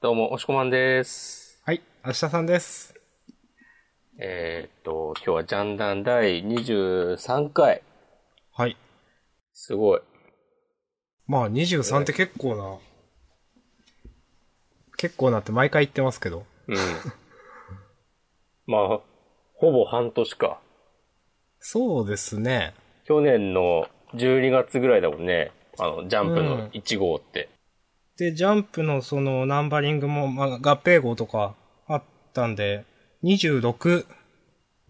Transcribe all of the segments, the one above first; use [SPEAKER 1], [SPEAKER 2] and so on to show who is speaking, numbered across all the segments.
[SPEAKER 1] どうも、おしこまんです。
[SPEAKER 2] はい、明日さんです。
[SPEAKER 1] えーっと、今日はジャンダン第23回。
[SPEAKER 2] はい。
[SPEAKER 1] すごい。
[SPEAKER 2] まあ、23って結構な、結構なって毎回言ってますけど。
[SPEAKER 1] うん。 まあ、ほぼ半年か。
[SPEAKER 2] そうですね。
[SPEAKER 1] 去年の12月ぐらいだもんね。あの、ジャンプの1号って。
[SPEAKER 2] で、ジャンプのそのナンバリングも、まあ、合併号とかあったんで、26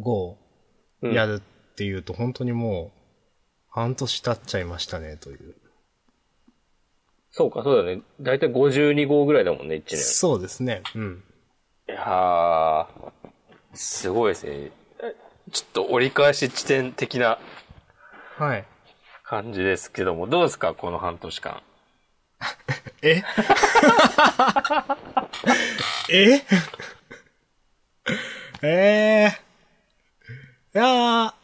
[SPEAKER 2] 号
[SPEAKER 1] うん
[SPEAKER 2] やるっていうと、本当にもう、半年経っちゃいましたね、という。
[SPEAKER 1] そうか、そうだね。だいたい52号ぐらいだもんね、1年。
[SPEAKER 2] そうですね。うん。
[SPEAKER 1] いやー、すごいですね。えちょっと折り返し地点的な
[SPEAKER 2] はい。
[SPEAKER 1] 感じですけども、どうですか、この半年間。
[SPEAKER 2] え え えー、いやー、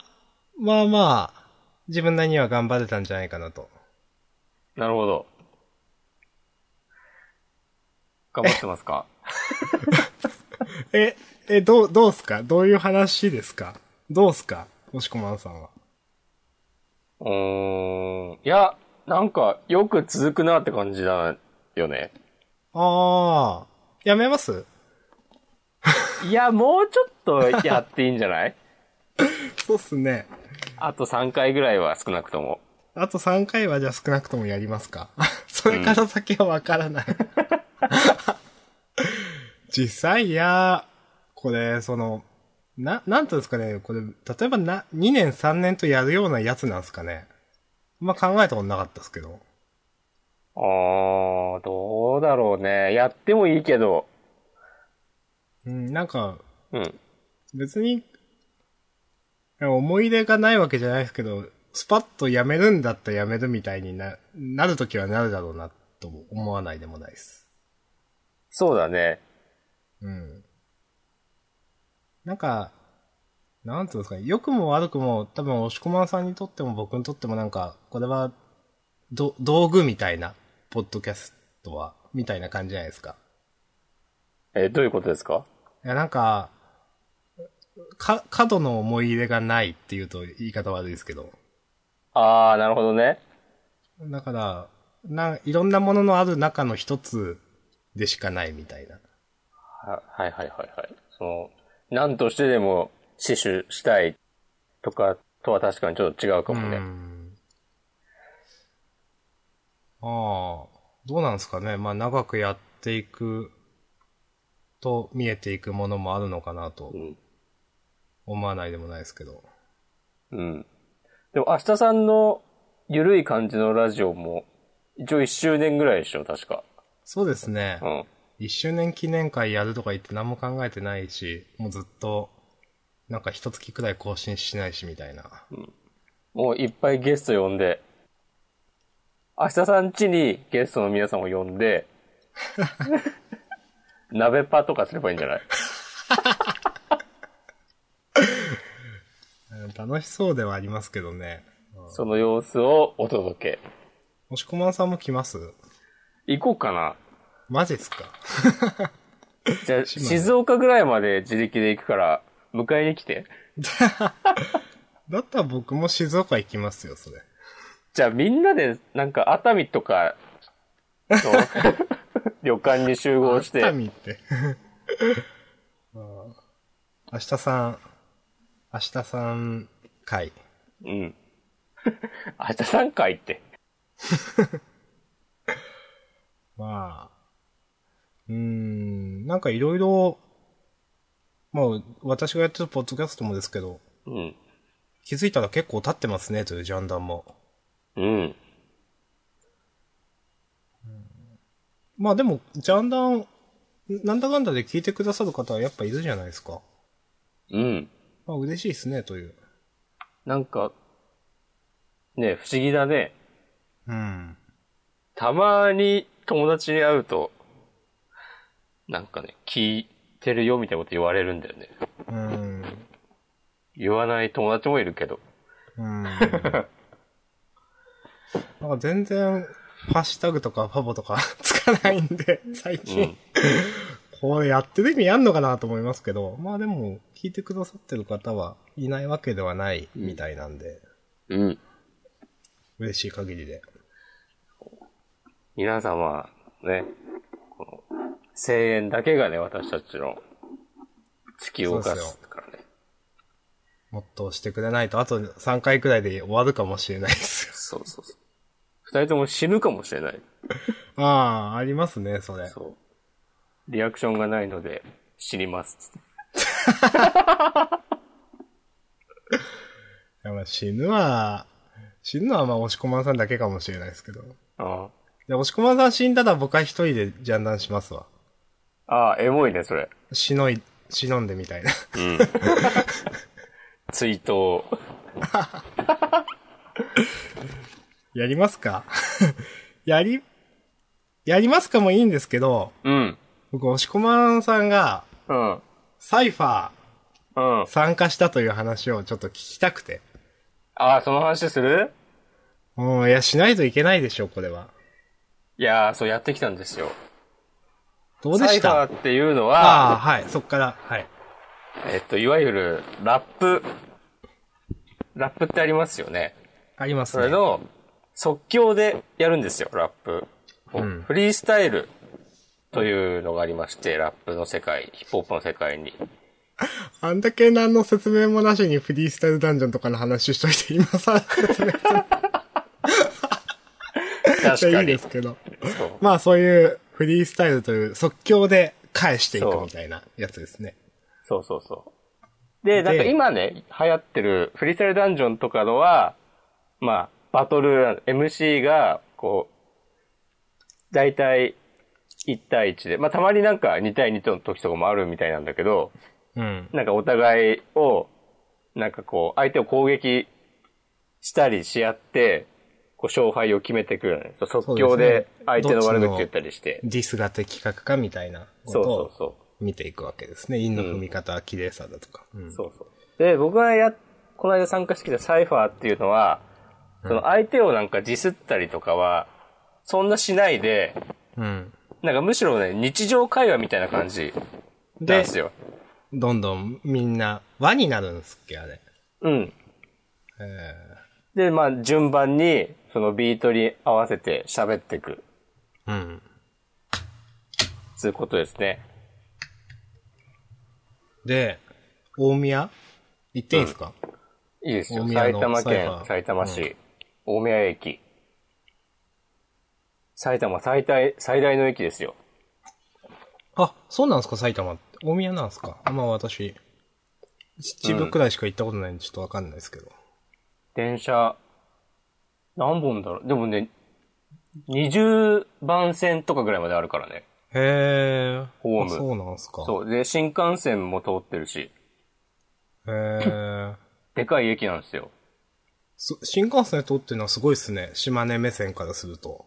[SPEAKER 2] まあまあ、自分なりには頑張れたんじゃないかなと。
[SPEAKER 1] なるほど。頑張ってます か
[SPEAKER 2] え、え、どう、どうすかどういう話ですかどうすかもしこまんさんは。
[SPEAKER 1] うーん。いや、なんか、よく続くなって感じだよね。
[SPEAKER 2] あー、やめます
[SPEAKER 1] いや、もうちょっとやっていいんじゃない
[SPEAKER 2] そうっすね。
[SPEAKER 1] あと3回ぐらいは少なくとも。
[SPEAKER 2] あと3回はじゃあ少なくともやりますか それから先はわからない。 実際、いやー、これ、その、な、なんていうんですかね、これ、例えばな、2年3年とやるようなやつなんですかね。あんま考えたことなかったですけど。
[SPEAKER 1] あー、どうだろうね。やってもいいけど。
[SPEAKER 2] うん、なんか、
[SPEAKER 1] うん。
[SPEAKER 2] 別に、思い出がないわけじゃないですけど、スパッとやめるんだったらやめるみたいにな、なるときはなるだろうな、とも思わないでもないです。
[SPEAKER 1] そうだね。
[SPEAKER 2] うん。なんか、なんていうんですかね、良くも悪くも、多分、押し込まんさんにとっても僕にとってもなんか、これは、ど、道具みたいな、ポッドキャストは、みたいな感じじゃないですか。
[SPEAKER 1] え、どういうことですか
[SPEAKER 2] いや、なんか、か、過度の思い入れがないっていうと言い方悪いですけど。
[SPEAKER 1] あー、なるほどね。
[SPEAKER 2] だから、な、いろんなもののある中の一つでしかないみたいな。
[SPEAKER 1] ははいはいはいはい。その、何としてでも死守したいとかとは確かにちょっと違うかもね。
[SPEAKER 2] うんああ、どうなんですかね。まあ長くやっていくと見えていくものもあるのかなと
[SPEAKER 1] うん。
[SPEAKER 2] 思わないでもないですけど。
[SPEAKER 1] うん。でも、明日さんのゆるい感じのラジオも、一応1周年ぐらいでしょ、確か。
[SPEAKER 2] そうですね
[SPEAKER 1] う。ん。
[SPEAKER 2] 一周年記念会やるとか言って何も考えてないし、もうずっと、なんか一月くらい更新しないしみたいな。
[SPEAKER 1] もういっぱいゲスト呼んで、明日さん家にゲストの皆さんを呼んで、鍋パとかすればいいんじゃない
[SPEAKER 2] うん楽しそうではありますけどね。
[SPEAKER 1] その様子をお届け。
[SPEAKER 2] もしこまんさんも来ます
[SPEAKER 1] 行こうかな。
[SPEAKER 2] マジっすか
[SPEAKER 1] じゃあ、
[SPEAKER 2] 島根
[SPEAKER 1] 静岡ぐらいまで自力で行くから、迎えに来て。
[SPEAKER 2] だったら僕も静岡行きますよ、それ。
[SPEAKER 1] じゃあ、みんなで、なんか、熱海とか、の旅館に集合して。
[SPEAKER 2] 熱海って。明日さん、明日さん会。
[SPEAKER 1] うん。 明日さんかいって。
[SPEAKER 2] まあ、うーん、なんかいろいろ、まあ、私がやってるポッドキャストもですけど、
[SPEAKER 1] うん。
[SPEAKER 2] 気づいたら結構経ってますねというジャンダンも。
[SPEAKER 1] うん。
[SPEAKER 2] まあでも、ジャンダン、なんだかんだで聞いてくださる方はやっぱいるじゃないですか。
[SPEAKER 1] うん。
[SPEAKER 2] まあ嬉しいですねという。
[SPEAKER 1] なんか、ねえ不思議だね。
[SPEAKER 2] うん。
[SPEAKER 1] たまに友達に会うと、なんかね、聞いてるよみたいなこと言われるんだよね。
[SPEAKER 2] うん。
[SPEAKER 1] 言わない友達もいるけど。
[SPEAKER 2] うん。なんか全然、ハッシュタグとかファボとかつかないんで、最
[SPEAKER 1] うん
[SPEAKER 2] 近。。これやってる意味あんのかなと思いますけど、まあでも、聞いてくださってる方はいないわけではないみたいなんで、
[SPEAKER 1] うん。
[SPEAKER 2] 嬉しい限りで。
[SPEAKER 1] 皆様、ね、この、声援だけがね、私たちの突き動かすからね。
[SPEAKER 2] もっとしてくれないと、あと3回くらいで終わるかもしれないですよ。
[SPEAKER 1] そうそうそう。二人とも死ぬかもしれない。
[SPEAKER 2] ああ、ありますね、それ。
[SPEAKER 1] そう。リアクションがないので、死にますっつって。
[SPEAKER 2] いやまあ死ぬは、死ぬのはまあ、押し込まんさんだけかもしれないですけど。
[SPEAKER 1] あ
[SPEAKER 2] で、押し込まんさん死んだら僕は一人でジャンダンしますわ。
[SPEAKER 1] あ。ああ、エモいね、それ。
[SPEAKER 2] しのい、忍んでみたいな。
[SPEAKER 1] うん。 追悼。
[SPEAKER 2] やりますか やり、やりますかもいいんですけど、
[SPEAKER 1] うん。
[SPEAKER 2] 僕、押し込まんさんが、
[SPEAKER 1] うん。
[SPEAKER 2] サイファー
[SPEAKER 1] うん。
[SPEAKER 2] 参加したという話をちょっと聞きたくて。
[SPEAKER 1] ああ、その話する
[SPEAKER 2] うん、いや、しないといけないでしょ、これは。
[SPEAKER 1] いやー、そうやってきたんですよ。
[SPEAKER 2] どうで
[SPEAKER 1] サ
[SPEAKER 2] した
[SPEAKER 1] イファーっていうの
[SPEAKER 2] ああ、
[SPEAKER 1] は、
[SPEAKER 2] はい、そっから、はい。
[SPEAKER 1] えっと、いわゆる、ラップ。ラップってありますよね。
[SPEAKER 2] あります
[SPEAKER 1] それ
[SPEAKER 2] ね。
[SPEAKER 1] の、即興でやるんですよ、ラップを。
[SPEAKER 2] うん
[SPEAKER 1] フリースタイルというのがありまして、ラップの世界、ヒップホップの世界に。
[SPEAKER 2] あんだけ何の説明もなしにフリースタイルダンジョンとかの話しといて、今さ、説明し
[SPEAKER 1] 確
[SPEAKER 2] て
[SPEAKER 1] か
[SPEAKER 2] い
[SPEAKER 1] に。
[SPEAKER 2] いで
[SPEAKER 1] そ
[SPEAKER 2] すけど。
[SPEAKER 1] う
[SPEAKER 2] まあそういうフリースタイルという即興で返していくみたいなやつですね。
[SPEAKER 1] そうそうそう。で、なんか今ね、流行ってるフリースタイルダンジョンとかのは、まあ、バトル、MC が、こう、だいたい1対1で、まあたまになんか2対2との時とかもあるみたいなんだけど、
[SPEAKER 2] うん。
[SPEAKER 1] なんかお互いを、なんかこう、相手を攻撃したりし合って、こう、勝敗を決めてくるのね。そう即興で
[SPEAKER 2] そうで
[SPEAKER 1] 相
[SPEAKER 2] すね
[SPEAKER 1] 手の悪口言ったりして。
[SPEAKER 2] ディスが的確かみたいなこ
[SPEAKER 1] そ
[SPEAKER 2] と
[SPEAKER 1] うそう
[SPEAKER 2] を
[SPEAKER 1] そう。
[SPEAKER 2] 見ていくわけですね。韻の踏み方、綺麗さだとか。うん
[SPEAKER 1] そうそう。で、僕がや、この間参加してきたサイファーっていうのは、その相手をなんかディスったりとかは、そんなしないで、
[SPEAKER 2] うん。
[SPEAKER 1] なんかむしろね、日常会話みたいな感じなん
[SPEAKER 2] で
[SPEAKER 1] で、すよ。
[SPEAKER 2] どんどんみんな輪になるんですっけ、あれ。
[SPEAKER 1] うん。
[SPEAKER 2] え
[SPEAKER 1] で、まあ、順番に、そのビートに合わせて喋っていく、
[SPEAKER 2] ーうん。
[SPEAKER 1] つうことですね。
[SPEAKER 2] で、大宮行っていいですか、
[SPEAKER 1] いいですよ。
[SPEAKER 2] 大宮
[SPEAKER 1] 埼
[SPEAKER 2] の
[SPEAKER 1] 玉
[SPEAKER 2] サイファ
[SPEAKER 1] 県
[SPEAKER 2] ー
[SPEAKER 1] 埼玉市、大宮駅。埼玉最大、最大の駅ですよ。
[SPEAKER 2] あ、そうなんですか、埼玉って。大宮なんですか。まあ私、秩父くらいしか行ったことないんでちょっとわかんないですけど。
[SPEAKER 1] 電車、何本だろうでもね、20番線とかぐらいまであるからね。
[SPEAKER 2] へー。
[SPEAKER 1] ホーム
[SPEAKER 2] あそうなんですか。
[SPEAKER 1] そう。で、新幹線も通ってるし、
[SPEAKER 2] へー。
[SPEAKER 1] でかい駅なんですよ。
[SPEAKER 2] そ新幹線通ってるのはすごいっすね。島根目線からすると。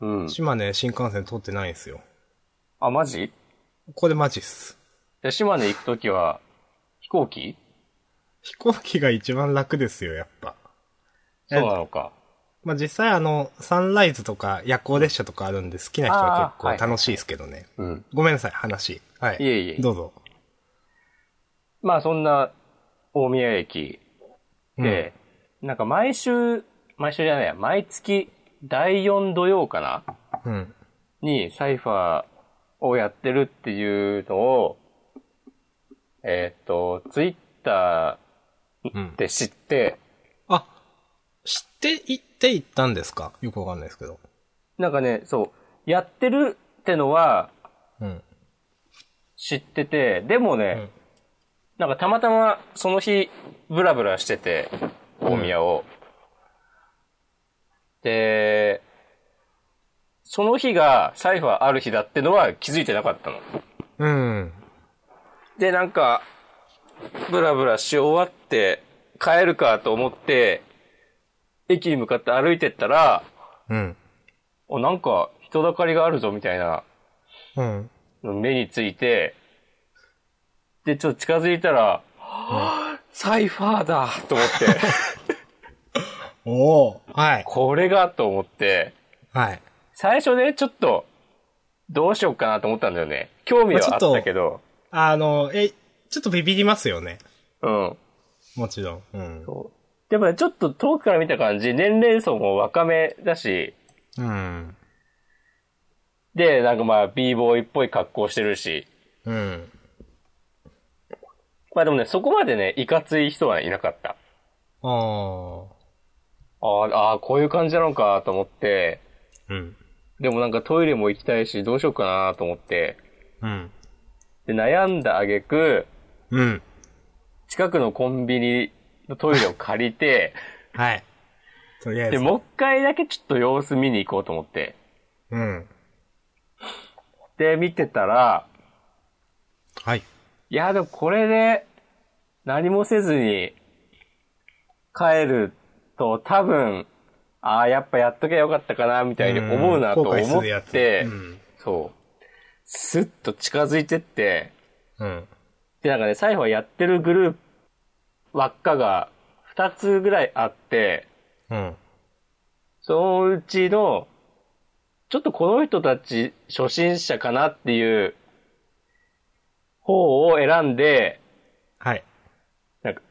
[SPEAKER 1] うん。
[SPEAKER 2] 島根新幹線通ってないんですよ。
[SPEAKER 1] あ、マジ
[SPEAKER 2] これマジっす。
[SPEAKER 1] で島根行くときは、飛行機
[SPEAKER 2] 飛行機が一番楽ですよ、やっぱ。え
[SPEAKER 1] そうなのか。
[SPEAKER 2] まあ、実際あの、サンライズとか夜行列車とかあるんで好きな人
[SPEAKER 1] あ
[SPEAKER 2] は
[SPEAKER 1] ーは
[SPEAKER 2] 結
[SPEAKER 1] い
[SPEAKER 2] 構楽しいですけどね。
[SPEAKER 1] うん。
[SPEAKER 2] ごめんなさい、話。はい。
[SPEAKER 1] いえいえ
[SPEAKER 2] どうぞ。
[SPEAKER 1] まあそんな、大宮駅で、なんか毎週、毎週じゃないや、毎月、第4土曜かな
[SPEAKER 2] うん。
[SPEAKER 1] にサイファーをやってるっていうのを、えーっ、と、ツイッタ
[SPEAKER 2] うん
[SPEAKER 1] ー。で知って、
[SPEAKER 2] あ、知っていって行ったんですかよくわかんないですけど。
[SPEAKER 1] なんかね、そう、やってるってのは
[SPEAKER 2] うん。
[SPEAKER 1] 知ってて、でもね、
[SPEAKER 2] うん
[SPEAKER 1] なんかたまたまその日、ブラブラしてて、大宮を。で、その日がサイファーある日だってのは気づいてなかったの。
[SPEAKER 2] うん。
[SPEAKER 1] で、なんか、ブラブラし終わって、帰るかと思って、駅に向かって歩いてったら、
[SPEAKER 2] うん。
[SPEAKER 1] お、なんか人だかりがあるぞみたいな
[SPEAKER 2] うん。
[SPEAKER 1] の目について、で、ちょっと近づいたら、はぁサイファーだと思って、
[SPEAKER 2] おおはい。
[SPEAKER 1] これがと思って、
[SPEAKER 2] はい。
[SPEAKER 1] 最初ね、ちょっと、どうしようかなと思ったんだよね。興味はあったけど。
[SPEAKER 2] あの、え、ちょっとビビりますよね。
[SPEAKER 1] うん。
[SPEAKER 2] もちろん。うん。
[SPEAKER 1] そうでもね、ちょっと遠くから見た感じ、年齢層も若めだし、
[SPEAKER 2] うん。
[SPEAKER 1] で、なんかまあ、b ボーイっぽい格好してるし、
[SPEAKER 2] うん。
[SPEAKER 1] まあでもね、そこまでね、いかつい人はいなかった。
[SPEAKER 2] ああ。
[SPEAKER 1] あーあー、こういう感じなのかと思って、
[SPEAKER 2] うん。
[SPEAKER 1] でもなんかトイレも行きたいし、どうしようかなと思って、
[SPEAKER 2] うん。
[SPEAKER 1] で、悩んだ挙句、
[SPEAKER 2] うん。
[SPEAKER 1] 近くのコンビニのトイレを借り て、
[SPEAKER 2] はい。とりあえず。
[SPEAKER 1] で、もう一回だけちょっと様子見に行こうと思って。
[SPEAKER 2] うん。
[SPEAKER 1] で、見てたら、
[SPEAKER 2] はい。
[SPEAKER 1] いや、でもこれで何もせずに帰ると多分、ああ、やっぱやっとけばよかったかな、みたいに思うなと
[SPEAKER 2] ん後悔
[SPEAKER 1] 思
[SPEAKER 2] す
[SPEAKER 1] っ
[SPEAKER 2] るやつ
[SPEAKER 1] て、
[SPEAKER 2] うん。
[SPEAKER 1] そう。スッと近づいてって、
[SPEAKER 2] うん。
[SPEAKER 1] で、なんかね、最後はやってるグループ、輪っかが2つぐらいあって、
[SPEAKER 2] うん。
[SPEAKER 1] そのうちの、ちょっとこの人たち初心者かなっていう方を選んで、
[SPEAKER 2] はい。
[SPEAKER 1] なんか、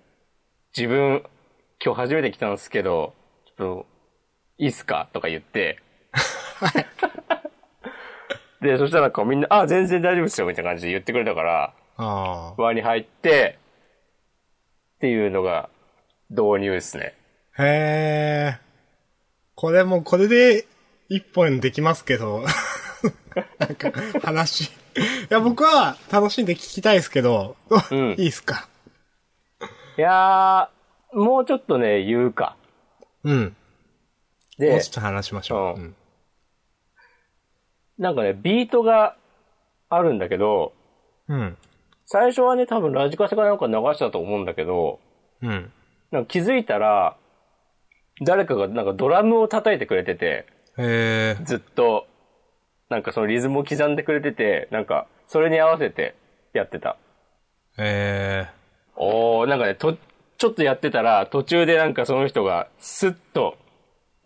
[SPEAKER 1] 自分、今日初めて来たんですけど、ちょっと、いいっすかとか言って。で、そしたらなんかみんな、あ、全然大丈夫ですよ、みたいな感じで言ってくれたから、
[SPEAKER 2] あ
[SPEAKER 1] 輪に入って、っていうのが導入ですね。
[SPEAKER 2] あ。へえ。これも、これで、一本できますけど。 なんか、話。いや、僕は楽しんで聞きたいですけど、
[SPEAKER 1] ん
[SPEAKER 2] いいっすか。
[SPEAKER 1] いやー、もうちょっとね、言うか。
[SPEAKER 2] うん。も
[SPEAKER 1] で
[SPEAKER 2] うちょっ、と話しましょう。
[SPEAKER 1] うん
[SPEAKER 2] ん
[SPEAKER 1] なんかね、ビートがあるんだけど、
[SPEAKER 2] うん。
[SPEAKER 1] 最初はね、多分ラジカセかなんか流したと思うんだけど、
[SPEAKER 2] うん。
[SPEAKER 1] なんか気づいたら、誰かがなんかドラムを叩いてくれてて、
[SPEAKER 2] へえ。
[SPEAKER 1] ずっと、なんかそのリズムを刻んでくれてて、なんか、それに合わせてやってた。
[SPEAKER 2] へえ。
[SPEAKER 1] おー、なんかね、と、ちょっとやってたら、途中でなんかその人が、スッと、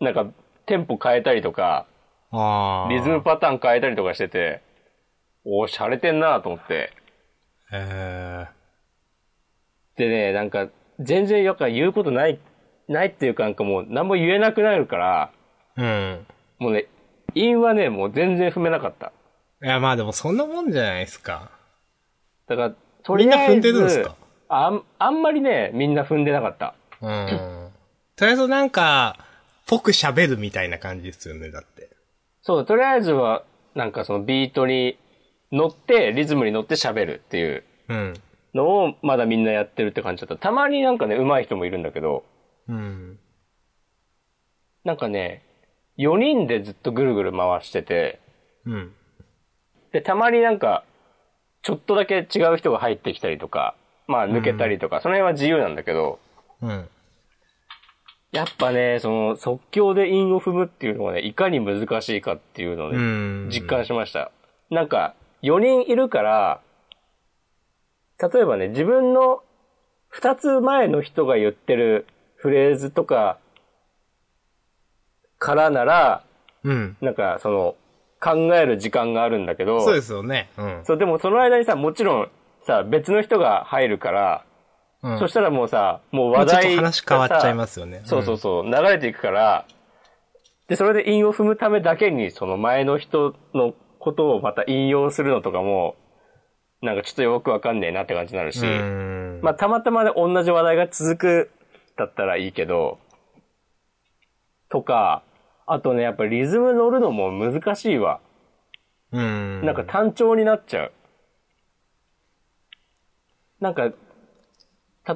[SPEAKER 1] なんか、テンポ変えたりとか、
[SPEAKER 2] ああ。
[SPEAKER 1] リズムパターン変えたりとかしてて、おー、洒落てんなと思って。
[SPEAKER 2] へえ。
[SPEAKER 1] でね、なんか、全然、やっぱ言うことない、ないっていうか、なんかもう、何も言えなくなるから、
[SPEAKER 2] うん。
[SPEAKER 1] もうね、韻はね、もう全然踏めなかった。
[SPEAKER 2] いや、まあでもそんなもんじゃないですか。
[SPEAKER 1] だから、とりあえず、
[SPEAKER 2] みんな踏んでるんですか
[SPEAKER 1] あん、あんまりね、みんな踏んでなかった。
[SPEAKER 2] うん。とりあえずなんか、ぽく喋るみたいな感じですよね、だって。
[SPEAKER 1] そう、とりあえずは、なんかそのビートに乗って、リズムに乗って喋るっていう
[SPEAKER 2] うん。
[SPEAKER 1] のを、まだみんなやってるって感じだった。たまになんかね、上手い人もいるんだけど、
[SPEAKER 2] うん。
[SPEAKER 1] なんかね、4人でずっとぐるぐる回してて、
[SPEAKER 2] うん。
[SPEAKER 1] で、たまになんか、ちょっとだけ違う人が入ってきたりとか、まあ抜けたりとか、その辺は自由なんだけど、
[SPEAKER 2] うん。
[SPEAKER 1] やっぱね、その即興で韻を踏むっていうのがね、いかに難しいかっていうのを
[SPEAKER 2] う
[SPEAKER 1] ね、
[SPEAKER 2] ん。
[SPEAKER 1] 実感しました。なんか、4人いるから、例えばね、自分の2つ前の人が言ってるフレーズとかからなら、
[SPEAKER 2] うん。
[SPEAKER 1] なんかその、考える時間があるんだけど、
[SPEAKER 2] そうですよね。うん。
[SPEAKER 1] そう、でもその間にさ、もちろんさ、別の人が入るから、
[SPEAKER 2] うん
[SPEAKER 1] そしたらもうさ、もう
[SPEAKER 2] まあ
[SPEAKER 1] 話
[SPEAKER 2] ちょっと
[SPEAKER 1] 題が
[SPEAKER 2] 話
[SPEAKER 1] さ
[SPEAKER 2] 変わっちゃいますよね。
[SPEAKER 1] そうそうそう、流れていくから、で、それで引用踏むためだけに、その前の人のことをまた引用するのとかも、なんかちょっとよくわかんねえなって感じになるし、
[SPEAKER 2] うん。
[SPEAKER 1] まあたまたまで同じ話題が続くだったらいいけど、とか、あとね、やっぱりリズム乗るのも難しいわ。
[SPEAKER 2] うん。
[SPEAKER 1] なんか、単調になっちゃう。なんか、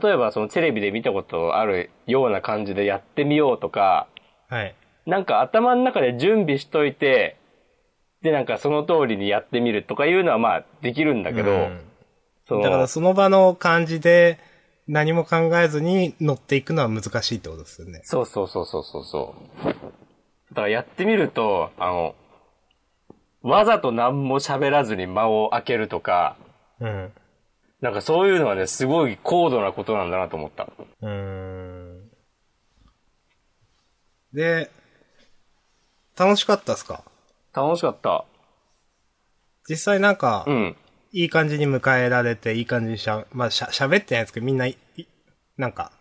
[SPEAKER 1] 例えばそのテレビで見たことあるような感じでやってみようとか、
[SPEAKER 2] はい。
[SPEAKER 1] なんか頭の中で準備しといて、でなんかその通りにやってみるとかいうのはまあできるんだけど、
[SPEAKER 2] うん
[SPEAKER 1] その
[SPEAKER 2] だからその場の感じで何も考えずに乗っていくのは難しいってことですよね。
[SPEAKER 1] そうそうそうそうそうそう。だからやってみると、あの、わざと何も喋らずに間を空けるとか、
[SPEAKER 2] うん。
[SPEAKER 1] なんかそういうのはね、すごい高度なことなんだなと思った。
[SPEAKER 2] うーんで、楽しかったっすか
[SPEAKER 1] 楽しかった。
[SPEAKER 2] 実際なんか、
[SPEAKER 1] うん。
[SPEAKER 2] いい感じに迎えられて、いい感じにしゃ、まあ、しゃ、喋ってないですけど、みんない、いなんか、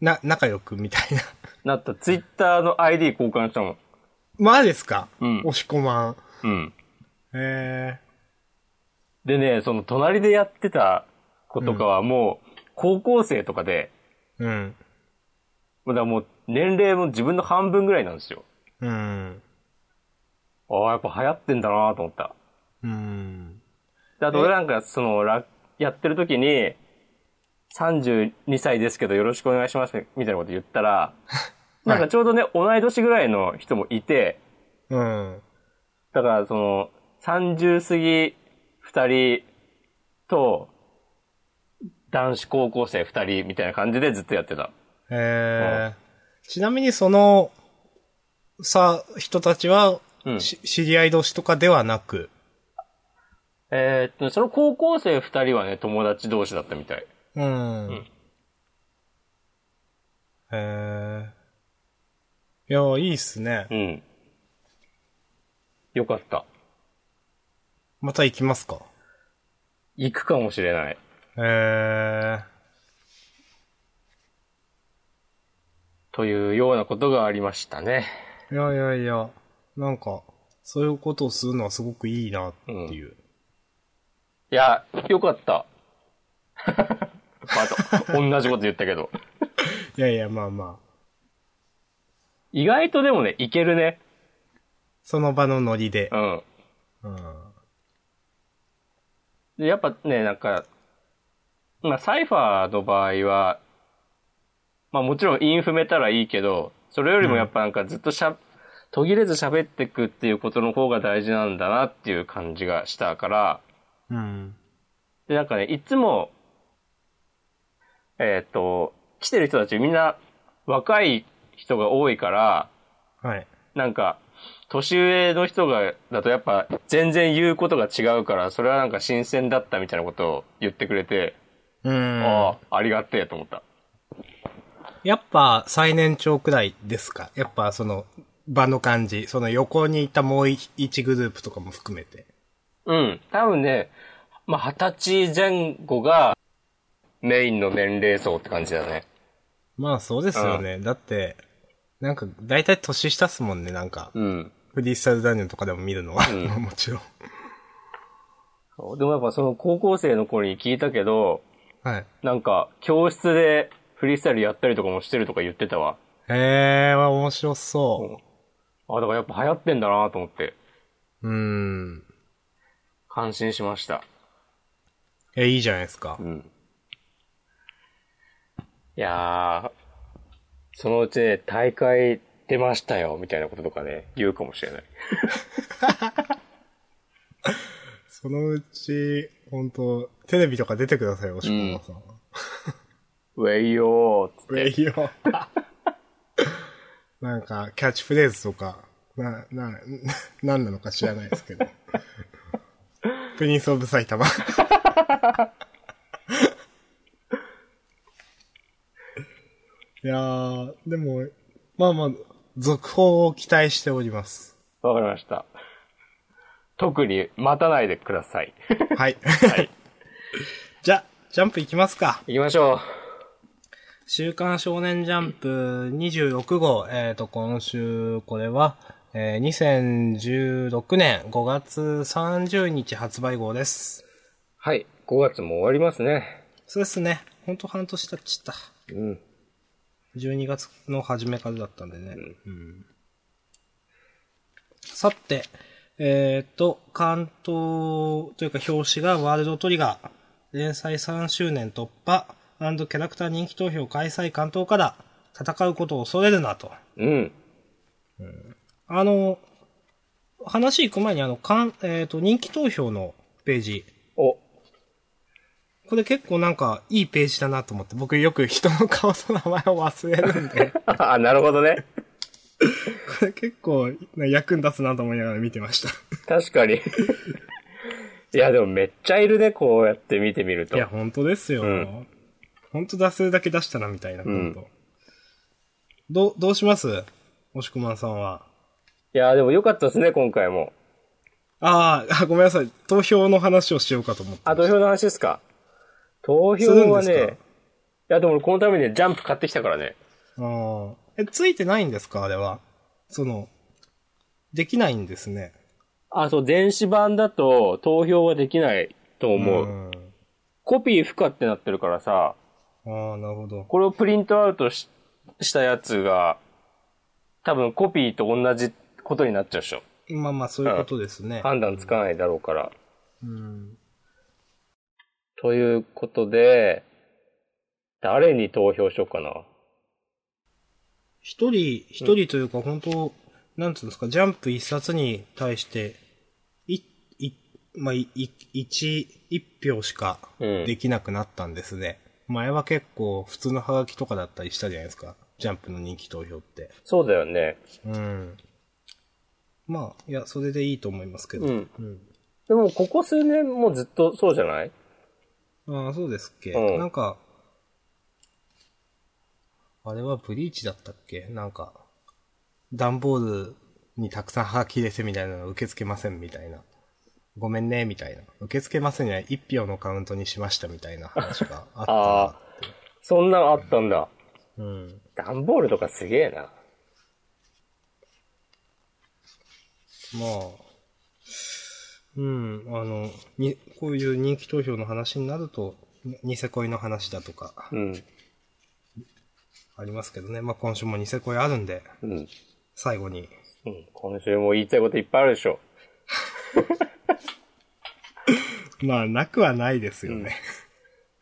[SPEAKER 2] な、仲良くみたいな。
[SPEAKER 1] な った、ツイッターの ID 交換したもん。
[SPEAKER 2] まあですか
[SPEAKER 1] うん
[SPEAKER 2] 押し込まん。
[SPEAKER 1] うん。
[SPEAKER 2] え
[SPEAKER 1] でね、その隣でやってた子とかはもう、高校生とかで、
[SPEAKER 2] えうん。
[SPEAKER 1] だからもう年齢も自分の半分ぐらいなんですよ。
[SPEAKER 2] うん。
[SPEAKER 1] ああ、やっぱ流行ってんだなと思った。
[SPEAKER 2] うん。
[SPEAKER 1] であと俺なんか、その、ラやってる時に、32歳ですけどよろしくお願いします、みたいなこと言ったら、なんかちょうどね、同い年ぐらいの人もいて、
[SPEAKER 2] うん。
[SPEAKER 1] だからその、30過ぎ2人と、男子高校生2人みたいな感じでずっとやってた。
[SPEAKER 2] ええちなみにその、さ、人たちは、
[SPEAKER 1] うん
[SPEAKER 2] し知り合い同士とかではなく、
[SPEAKER 1] えーっとね、その高校生二人はね、友達同士だったみたい。
[SPEAKER 2] うん。
[SPEAKER 1] ん
[SPEAKER 2] ええいや、いいっすね。
[SPEAKER 1] うん。よかった。
[SPEAKER 2] また行きますか。
[SPEAKER 1] 行くかもしれない。
[SPEAKER 2] ええ
[SPEAKER 1] というようなことがありましたね。
[SPEAKER 2] いやいやいや、なんか、そういうことをするのはすごくいいなっていう。
[SPEAKER 1] いや、よかった。 また、同じこと言ったけど。
[SPEAKER 2] いやいや、まあまあ、
[SPEAKER 1] 意外とでもね、いけるね。
[SPEAKER 2] その場のノリで
[SPEAKER 1] う。ん。
[SPEAKER 2] うん。
[SPEAKER 1] でやっぱね、なんか、まあ、サイファーの場合は、まあもちろんインフめたらいいけど、それよりもやっぱなんかずっとしゃ、途切れず喋ってくっていうことの方が大事なんだなっていう感じがしたから、
[SPEAKER 2] うん。
[SPEAKER 1] で、なんかね、いつも、えっ、と、来てる人たちみんな若い人が多いから、
[SPEAKER 2] はい。
[SPEAKER 1] なんか、年上の人が、だとやっぱ全然言うことが違うから、それはなんか新鮮だったみたいなことを言ってくれて、
[SPEAKER 2] うん。
[SPEAKER 1] ああ、ありがてえと思った。
[SPEAKER 2] やっぱ最年長くらいですかやっぱその場の感じ、その横にいたもう一グループとかも含めて。
[SPEAKER 1] うん。多分ね、まあ、二十歳前後がメインの年齢層って感じだね。
[SPEAKER 2] まあそうですよね。だって、なんか大体年下っすもんね、なんか。
[SPEAKER 1] うん。
[SPEAKER 2] フリースタイルダンジョンとかでも見るのは。
[SPEAKER 1] うん
[SPEAKER 2] まあ もちろん。
[SPEAKER 1] でもやっぱその高校生の頃に聞いたけど、
[SPEAKER 2] はい。
[SPEAKER 1] なんか教室でフリースタイルやったりとかもしてるとか言ってたわ。
[SPEAKER 2] ええー、面白そ
[SPEAKER 1] あ、だからやっぱ流行ってんだなと思って、
[SPEAKER 2] う。うん。
[SPEAKER 1] 感心しました。
[SPEAKER 2] え、いいじゃないですか
[SPEAKER 1] う。ん。いやー、そのうちね、大会出ましたよ、みたいなこととかね、言うかもしれない。
[SPEAKER 2] そのうち、本当テレビとか出てください、おしこまさん。
[SPEAKER 1] ウェイヨーっつって。
[SPEAKER 2] えいよ。 なんか、キャッチフレーズとか、な、な、 なんなのか知らないですけど。プリンスオブ埼 玉。いやー、でも、まあまあ、続報を期待しております。
[SPEAKER 1] わかりました。特に待たないでください。
[SPEAKER 2] はい。
[SPEAKER 1] い
[SPEAKER 2] じゃ、ジャンプいきますか。
[SPEAKER 1] 行きましょ
[SPEAKER 2] 週刊少年ジャンプ26号、えー、と、今週、これは、えー、2016年5月30日発売号です。
[SPEAKER 1] う。はい。5月も終わりますね。
[SPEAKER 2] そうですね。ほんと半年経っちゃった。
[SPEAKER 1] うん。
[SPEAKER 2] 12月の初めからだったんでね。うんさて、えっ、と、関東というか表紙がワールドトリガー、連載3周年突破、キャラクター人気投票開催関東から、戦うことを恐れるなと。
[SPEAKER 1] うん。
[SPEAKER 2] あの、話行く前にあの、かん、えっ、と、人気投票のページ。
[SPEAKER 1] お、
[SPEAKER 2] これ結構なんか、いいページだなと思って、僕よく人の顔と名前を忘れるん で、
[SPEAKER 1] あ、なるほどね。
[SPEAKER 2] これ結構、ね役に立つなと思いながら見てました。
[SPEAKER 1] 確かに。いや、でもめっちゃいるね、こうやって見てみると。
[SPEAKER 2] いや、本当ですよ。
[SPEAKER 1] うん
[SPEAKER 2] 本当出すだけ出したな、みたいな、
[SPEAKER 1] ん
[SPEAKER 2] 本当どう、どうします押しくまんさんは。
[SPEAKER 1] いやでもよかったですね、今回も。
[SPEAKER 2] あーあ、ごめんなさい。投票の話をしようかと思って。
[SPEAKER 1] あ、投票の話ですか。投票は
[SPEAKER 2] するんです
[SPEAKER 1] ね
[SPEAKER 2] か、
[SPEAKER 1] いやでも俺このためにね、ジャンプ買ってきたからね。
[SPEAKER 2] ああ。え、ついてないんですかあれは。その、できないんですね。
[SPEAKER 1] あ、そう、電子版だと投票はできないと思う。
[SPEAKER 2] ん
[SPEAKER 1] コピー不可ってなってるからさ、
[SPEAKER 2] ああ、なるほど。
[SPEAKER 1] これをプリントアウトししたやつが、多分コピーと同じことになっちゃうでしょ。
[SPEAKER 2] まあまあ、そういうことですね。
[SPEAKER 1] 判断つかないだろうから。
[SPEAKER 2] うん。
[SPEAKER 1] ということで、誰に投票しようかな。
[SPEAKER 2] 一人、一人というか、本当なんつうんですか、ジャンプ一冊に対して、い、い、まあ、い、い一、一票しか
[SPEAKER 1] うん
[SPEAKER 2] できなくなったんですね。前は結構、普通のハガキとかだったりしたじゃないですか。ジャンプの人気投票って。
[SPEAKER 1] そうだよね。
[SPEAKER 2] うん。まあ、いや、それでいいと思いますけど。
[SPEAKER 1] うん
[SPEAKER 2] うん
[SPEAKER 1] でも、ここ数年もずっとそうじゃない
[SPEAKER 2] ああ、そうですっけ。
[SPEAKER 1] うん
[SPEAKER 2] なんか、あれはブリーチだったっけなんか、段ボールにたくさんハガキ入れてみたいなの受け付けませんみたいな。ごめんね、みたいな。受け付けませんね、一票のカウントにしましたみたいな話があったな。
[SPEAKER 1] ああ、そんなのあったんだ。
[SPEAKER 2] うん。
[SPEAKER 1] 段ボールとかすげえな。
[SPEAKER 2] まあ、うん、あの、に、こういう人気投票の話になると、にニセ恋の話だとか、
[SPEAKER 1] うん。
[SPEAKER 2] ありますけどね。まあ今週もニセ恋あるんで、
[SPEAKER 1] うん。
[SPEAKER 2] 最後に
[SPEAKER 1] うん、今週も言いたいこといっぱいあるでしょ。
[SPEAKER 2] まあ、なくはないですよね。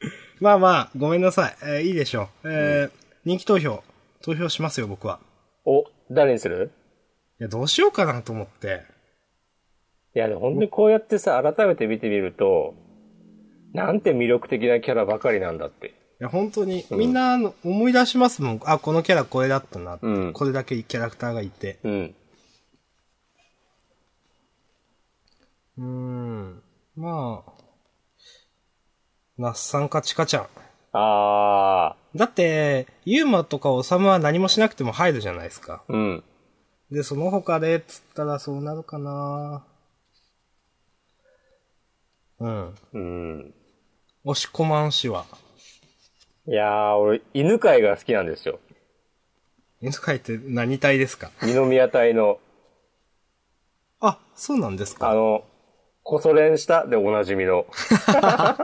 [SPEAKER 2] まあまあ、ごめんなさい。えーいいでしょう。えー人気投票、投票しますよ、僕は。
[SPEAKER 1] お、誰にする
[SPEAKER 2] いや、どうしようかなと思って。
[SPEAKER 1] いや、でも本当にこうやってさ、改めて見てみると、なんて魅力的なキャラばかりなんだって。
[SPEAKER 2] いや、本当に、
[SPEAKER 1] ん
[SPEAKER 2] みんなあの思い出しますもん。あ、このキャラこれだったなって。
[SPEAKER 1] うん
[SPEAKER 2] これだけキャラクターがいて。
[SPEAKER 1] うん。
[SPEAKER 2] うーん。まあ、那須さんかチカちゃん。
[SPEAKER 1] あ
[SPEAKER 2] だって、ユーマとかオサムは何もしなくても入るじゃないですか。
[SPEAKER 1] ー、うん。
[SPEAKER 2] で、その他で、つったらそうなるかなうん。
[SPEAKER 1] うん。
[SPEAKER 2] 押し込まん氏は。
[SPEAKER 1] いやー、俺、犬飼いが好きなんですよ。
[SPEAKER 2] 犬飼いって何体ですか
[SPEAKER 1] 二宮隊の、
[SPEAKER 2] あ、そうなんです
[SPEAKER 1] あ
[SPEAKER 2] か
[SPEAKER 1] の、コソ連したでおなじみの。
[SPEAKER 2] あ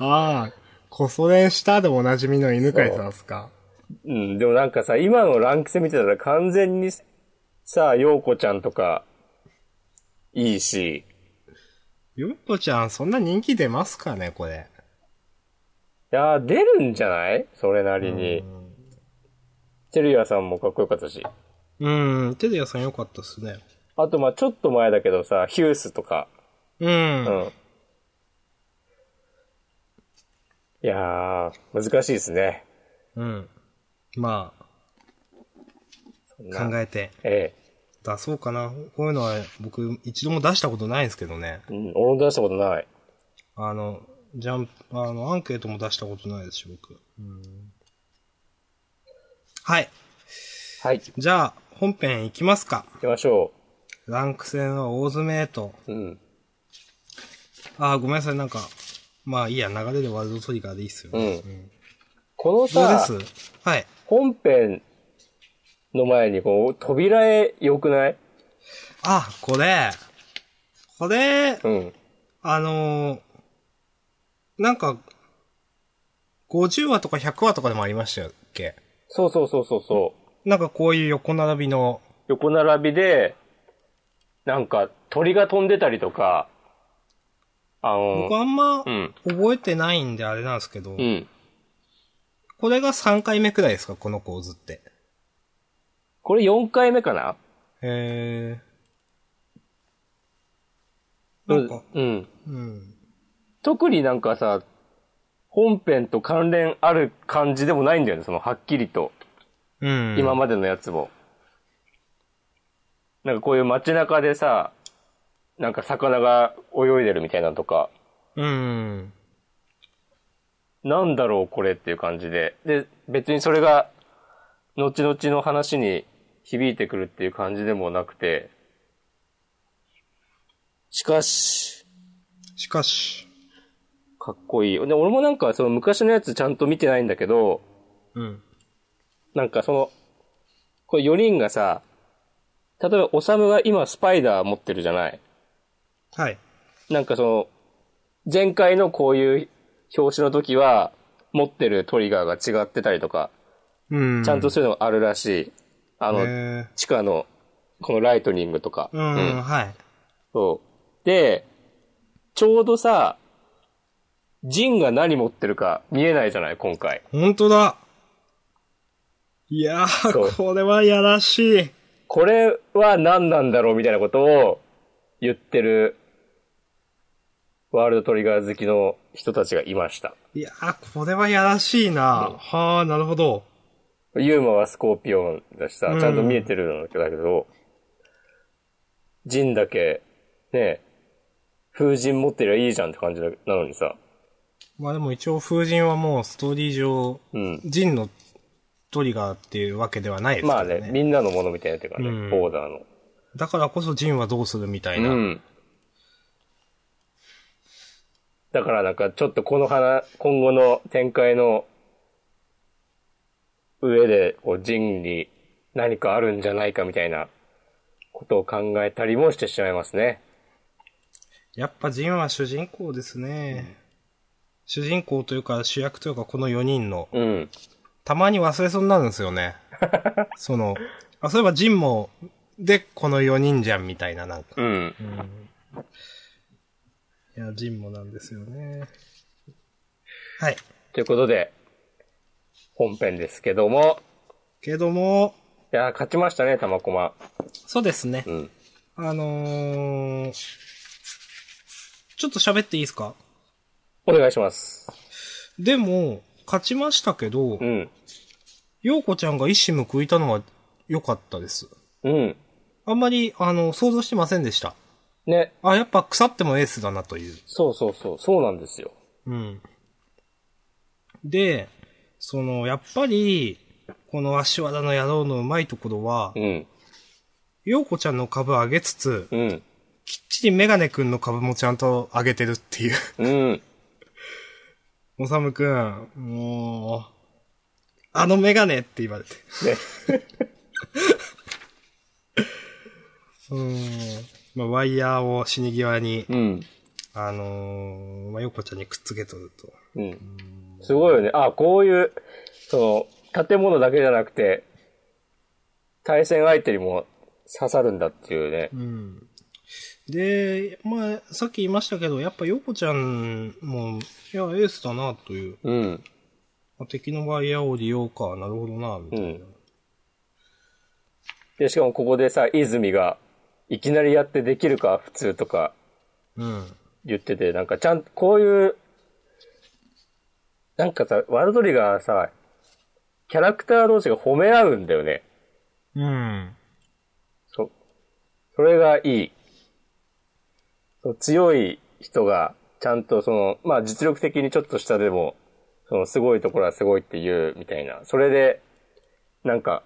[SPEAKER 2] あ、こそれんしたでおなじみの犬飼いさんですか
[SPEAKER 1] うん、でもなんかさ、今のランク戦見てたら完全にさ、陽子ちゃんとか、いいし、
[SPEAKER 2] ゆっこちゃん、そんな人気出ますかね、これ。
[SPEAKER 1] いやー、出るんじゃないそれなりに。テルヤさんもかっこよかったし。
[SPEAKER 2] うん、テレアさん良かったっすね。
[SPEAKER 1] あと、まあちょっと前だけどさ、ヒュースとか。
[SPEAKER 2] うん。
[SPEAKER 1] うん。いやー、難しいですね。
[SPEAKER 2] うん。ま
[SPEAKER 1] そん
[SPEAKER 2] あ、考
[SPEAKER 1] な
[SPEAKER 2] えて
[SPEAKER 1] え
[SPEAKER 2] 出そうかな。こういうのは僕一度も出したことないんですけどね。
[SPEAKER 1] え。うん、俺も出したことない。
[SPEAKER 2] あの、ジャンプ、あの、アンケートも出したことないですし、僕。はい。
[SPEAKER 1] はい、行
[SPEAKER 2] じゃあ、本編いきますか。
[SPEAKER 1] きましょ
[SPEAKER 2] ランク戦は大詰めへと。
[SPEAKER 1] う。うん。
[SPEAKER 2] あー、ごめんなさい、なんか、まあいいや、流れでワールドトリガーでいいっすよ
[SPEAKER 1] う
[SPEAKER 2] ね。
[SPEAKER 1] ん。この
[SPEAKER 2] どうで
[SPEAKER 1] さ、
[SPEAKER 2] すはい。
[SPEAKER 1] 本編の前に、こう、扉絵良くない
[SPEAKER 2] あ、これ、これ、
[SPEAKER 1] うん。
[SPEAKER 2] あのーなんか、50話とか100話とかでもありましたっけ
[SPEAKER 1] そうそうそうそうそう。
[SPEAKER 2] なんかこういう横並びの、
[SPEAKER 1] 横並びで、なんか鳥が飛んでたりとか、あの
[SPEAKER 2] 僕、あんま
[SPEAKER 1] うん。
[SPEAKER 2] 覚えてないんであれなんですけど、
[SPEAKER 1] うん。
[SPEAKER 2] これが3回目くらいですかこの構図って。
[SPEAKER 1] これ4回目かな
[SPEAKER 2] へー。なんか、
[SPEAKER 1] うん。
[SPEAKER 2] うん。
[SPEAKER 1] 特になんかさ、本編と関連ある感じでもないんだよね、その、はっきりと。
[SPEAKER 2] うん。
[SPEAKER 1] 今までのやつも。なんかこういう街中でさ、なんか魚が泳いでるみたいなのとか、
[SPEAKER 2] うん。
[SPEAKER 1] なんだろうこれっていう感じで。で、別にそれが、後々の話に響いてくるっていう感じでもなくて、しかし、
[SPEAKER 2] しかし。
[SPEAKER 1] かっこいい。で、俺もなんかその昔のやつちゃんと見てないんだけど、
[SPEAKER 2] うん。
[SPEAKER 1] なんかその、これ4人がさ、例えば、オサムが今スパイダー持ってるじゃない
[SPEAKER 2] はい。
[SPEAKER 1] なんかその、前回のこういう表紙の時は、持ってるトリガーが違ってたりとか、
[SPEAKER 2] うん。
[SPEAKER 1] ちゃんとそういうのがあるらしい。あの、
[SPEAKER 2] え
[SPEAKER 1] 地下の、このライトニングとか。
[SPEAKER 2] ー、うん、はい。
[SPEAKER 1] そう。で、ちょうどさ、ジンが何持ってるか見えないじゃない、今回。
[SPEAKER 2] 本当だ。いや
[SPEAKER 1] そう
[SPEAKER 2] ー、これはやらしい。
[SPEAKER 1] これは何なんだろうみたいなことを言ってる、ワールドトリガー好きの人たちがいました。
[SPEAKER 2] いやー、これはやらしいな。
[SPEAKER 1] うん
[SPEAKER 2] はあ、なるほど。
[SPEAKER 1] ユーマはスコーピオンだしさ
[SPEAKER 2] う、ん
[SPEAKER 1] ちゃんと見えてるんだけど、ジンだけ、ね、風神持ってりゃいいじゃんって感じだなのにさ。
[SPEAKER 2] まあでも一応風神はもうストーリー上、
[SPEAKER 1] うん。
[SPEAKER 2] ジンのトリガーっていうわけではないです
[SPEAKER 1] ま
[SPEAKER 2] か
[SPEAKER 1] あ
[SPEAKER 2] らね。
[SPEAKER 1] ね、みんなのものみたいなっていうかね、
[SPEAKER 2] うん
[SPEAKER 1] ボーダーの。
[SPEAKER 2] だからこそジンはどうするみたいな。
[SPEAKER 1] うん。だからなんか、ちょっとこの話、今後の展開の上で、こう、ジンに何かあるんじゃないかみたいなことを考えたりもしてしまいますね。
[SPEAKER 2] やっぱジンは主人公ですね。主人公というか主役というかこの4人の、
[SPEAKER 1] うん。
[SPEAKER 2] たまに忘れそうになるんですよ ね。その、あ、そういえばジンも、で、この4人じゃんみたいななんか。
[SPEAKER 1] うん。
[SPEAKER 2] いや、ジンもなんですよね。はい。
[SPEAKER 1] ということで、本編ですけども、
[SPEAKER 2] けども、
[SPEAKER 1] いやー、勝ちましたね、玉駒。
[SPEAKER 2] そうですね
[SPEAKER 1] う。ん。
[SPEAKER 2] あのー、ちょっと喋っていいですか
[SPEAKER 1] お願いします。
[SPEAKER 2] でも、勝ちましたけど
[SPEAKER 1] う、ん。
[SPEAKER 2] ようこちゃんが一矢報いたのは良かったです。
[SPEAKER 1] うん。
[SPEAKER 2] あんまり、あの、想像してませんでした。
[SPEAKER 1] ね。
[SPEAKER 2] あ、やっぱ腐ってもエースだなという。
[SPEAKER 1] そうそうそう。そうなんですよ。
[SPEAKER 2] うん。で、その、やっぱり、この足技の野郎のうまいところは
[SPEAKER 1] う、ん。
[SPEAKER 2] ようこちゃんの株上げつつ、
[SPEAKER 1] うん。
[SPEAKER 2] きっちりメガネくんの株もちゃんと上げてるっていう。
[SPEAKER 1] うん。
[SPEAKER 2] おさむくん、もう、あのメガネって言われて。
[SPEAKER 1] ね。
[SPEAKER 2] うーん。まあ、ワイヤーを死に際に、
[SPEAKER 1] うん。
[SPEAKER 2] あのー、まあ、ようこちゃんにくっつけとると。
[SPEAKER 1] うん。すごいよね。あ、こういう、その、建物だけじゃなくて、対戦相手にも刺さるんだっていうね。
[SPEAKER 2] うん。で、まあ、さっき言いましたけど、やっぱヨコちゃんも、いや、エースだな、という。
[SPEAKER 1] うん。
[SPEAKER 2] まあ敵のワイヤーを利用か、なるほどな、みた
[SPEAKER 1] う
[SPEAKER 2] いな。
[SPEAKER 1] ん。で、しかもここでさ、泉が、いきなりやってできるか、普通とか
[SPEAKER 2] うん。
[SPEAKER 1] 言ってて、なんかちゃん、こういう、なんかさ、ワールドリガーさ、キャラクター同士が褒め合うんだよね。
[SPEAKER 2] うん。
[SPEAKER 1] そ、それがいい。そう強い人が、ちゃんとその、まあ実力的にちょっと下でも、そのすごいところはすごいって言うみたいな。それで、なんか、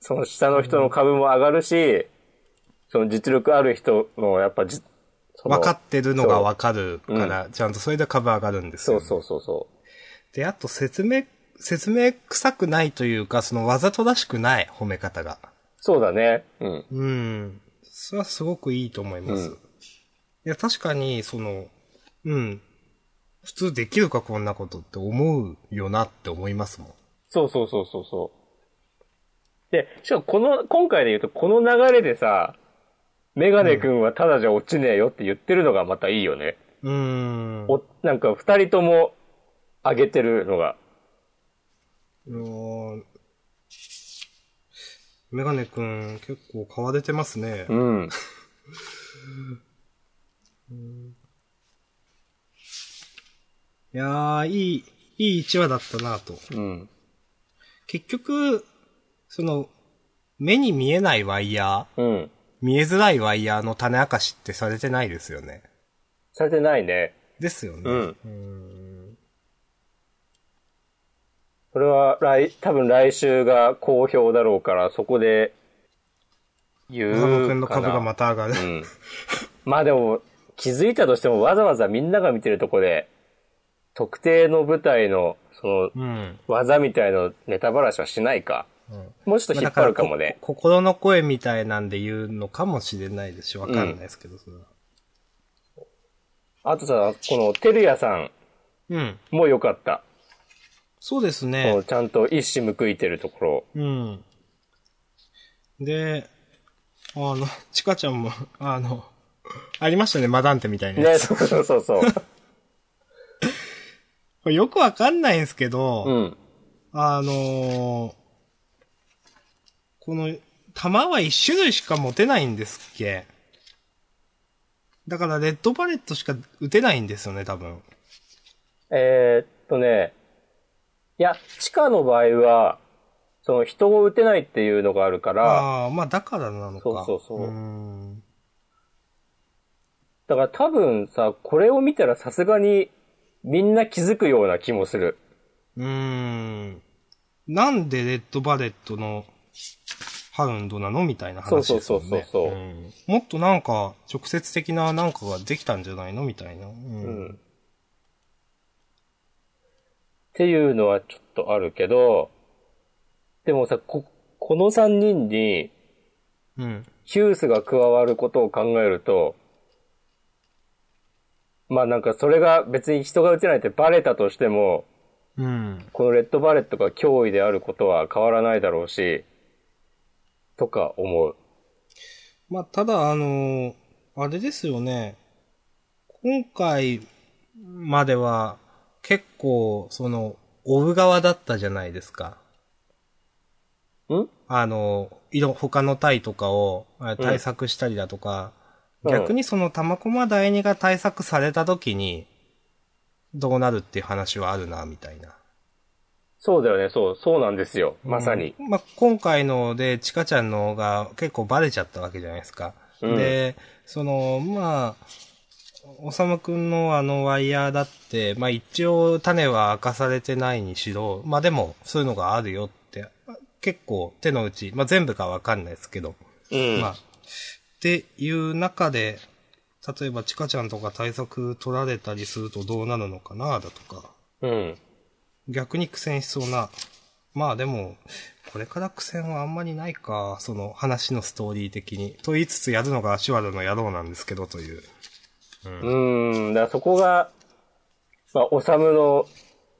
[SPEAKER 1] その下の人の株も上がるし、その実力ある人のやっぱじ、その
[SPEAKER 2] 分かってるのが分かるから、ちゃんとそれで株上がるんです
[SPEAKER 1] そ
[SPEAKER 2] よ、
[SPEAKER 1] うそうそうそ
[SPEAKER 2] で、あと説明、説明臭くないというか、そのわざとらしくない褒め方が。
[SPEAKER 1] う。そうだね。うん。
[SPEAKER 2] うん。それはすごくいいと思います。
[SPEAKER 1] うん
[SPEAKER 2] いや、確かに、その、うん。普通できるかこんなことって思うよなって思いますもん。
[SPEAKER 1] そうそうそうそうそう。で、しかもこの、今回で言うと、この流れでさ、メガネ君はただじゃ落ちねえよって言ってるのがまたいいよね。
[SPEAKER 2] うーん。
[SPEAKER 1] お、なんか二人とも上げてるのが。
[SPEAKER 2] うーんメガネくん、結構顔出てますね。
[SPEAKER 1] うん。
[SPEAKER 2] いやー、いい、いい1話だったなと。
[SPEAKER 1] うん。
[SPEAKER 2] 結局、その、目に見えないワイヤー、
[SPEAKER 1] うん。
[SPEAKER 2] 見えづらいワイヤーの種明かしってされてないですよね。
[SPEAKER 1] されてないね。
[SPEAKER 2] ですよね。
[SPEAKER 1] うん
[SPEAKER 2] ん
[SPEAKER 1] これは来、多分来週が好評だろうから、そこで言うかな。
[SPEAKER 2] 風間くんの株がまた上がる
[SPEAKER 1] う。ん。まあでも、気づいたとしてもわざわざみんなが見てるとこで、特定の舞台の、その、
[SPEAKER 2] うん。
[SPEAKER 1] 技みたいのネタばらしはしないか。
[SPEAKER 2] うん
[SPEAKER 1] もうちょっと引っ張るかもね。
[SPEAKER 2] こ心の声みたいなんで言うのかもしれないですし、わかんないですけど、それは。
[SPEAKER 1] あとさ、この、てるやさん
[SPEAKER 2] うん。
[SPEAKER 1] も良かった。
[SPEAKER 2] そうです
[SPEAKER 1] こ
[SPEAKER 2] ね
[SPEAKER 1] う。ちゃんと一矢報いてるところ。
[SPEAKER 2] うん。で、あの、ちかちゃんも、あの、ありましたね、マダンテみたいなや
[SPEAKER 1] ね、
[SPEAKER 2] つ。
[SPEAKER 1] そうそうそうそう。
[SPEAKER 2] これよくわかんないんですけど、
[SPEAKER 1] うん。
[SPEAKER 2] あのーこの、弾は一種類しか持てないんですっけだから、レッドバレットしか撃てないんですよね、多分。
[SPEAKER 1] えーっとね、いや、地下の場合は、その人を撃てないっていうのがあるから、
[SPEAKER 2] ああー、まあ、だからなのか。
[SPEAKER 1] そうそうそう
[SPEAKER 2] ーん
[SPEAKER 1] だから多分さ、これを見たらさすがにみんな気づくような気もする。
[SPEAKER 2] うーん。なんでレッドバレットのハウンドなのみたいな話ですも
[SPEAKER 1] そうそう
[SPEAKER 2] んね。
[SPEAKER 1] そうそう
[SPEAKER 2] うんもっとなんか、直接的ななんかができたんじゃないのみたいな。う。
[SPEAKER 1] うんん。っていうのはちょっとあるけど、でもさ、こ、この3人に
[SPEAKER 2] うん。
[SPEAKER 1] ヒュースが加わることを考えると、まあなんかそれが別に人が撃てないってバレたとしても、
[SPEAKER 2] うん。
[SPEAKER 1] このレッドバレットが脅威であることは変わらないだろうし、とか思う。
[SPEAKER 2] まあ、ただ、あのーあれですよね。今回までは、結構、その、追う側だったじゃないですか。
[SPEAKER 1] ん
[SPEAKER 2] あの、いろ、他の隊とかをあ対策したりだとか、
[SPEAKER 1] うん
[SPEAKER 2] 逆にその玉駒第二が対策された時に、どうなるっていう話はあるな、みたいな。
[SPEAKER 1] そうだよね、そう、そうなんですよ。まさに。
[SPEAKER 2] うんまあ、今回ので、チカちゃんのが結構バレちゃったわけじゃないですか。
[SPEAKER 1] うん
[SPEAKER 2] で、その、まあ、おさむくんのあのワイヤーだって、まあ一応種は明かされてないにしろ、まあでもそういうのがあるよって、結構手の内、まあ全部かわかんないですけど、
[SPEAKER 1] うん。
[SPEAKER 2] まあ、っていう中で、例えばチカちゃんとか対策取られたりするとどうなるのかな、だとか。
[SPEAKER 1] うん。
[SPEAKER 2] 逆に苦戦しそうな。まあでも、これから苦戦はあんまりないか、その話のストーリー的に。と言いつつやるのがシュワルの野郎なんですけどという。
[SPEAKER 1] うん。だからそこが、まあ、おさむの、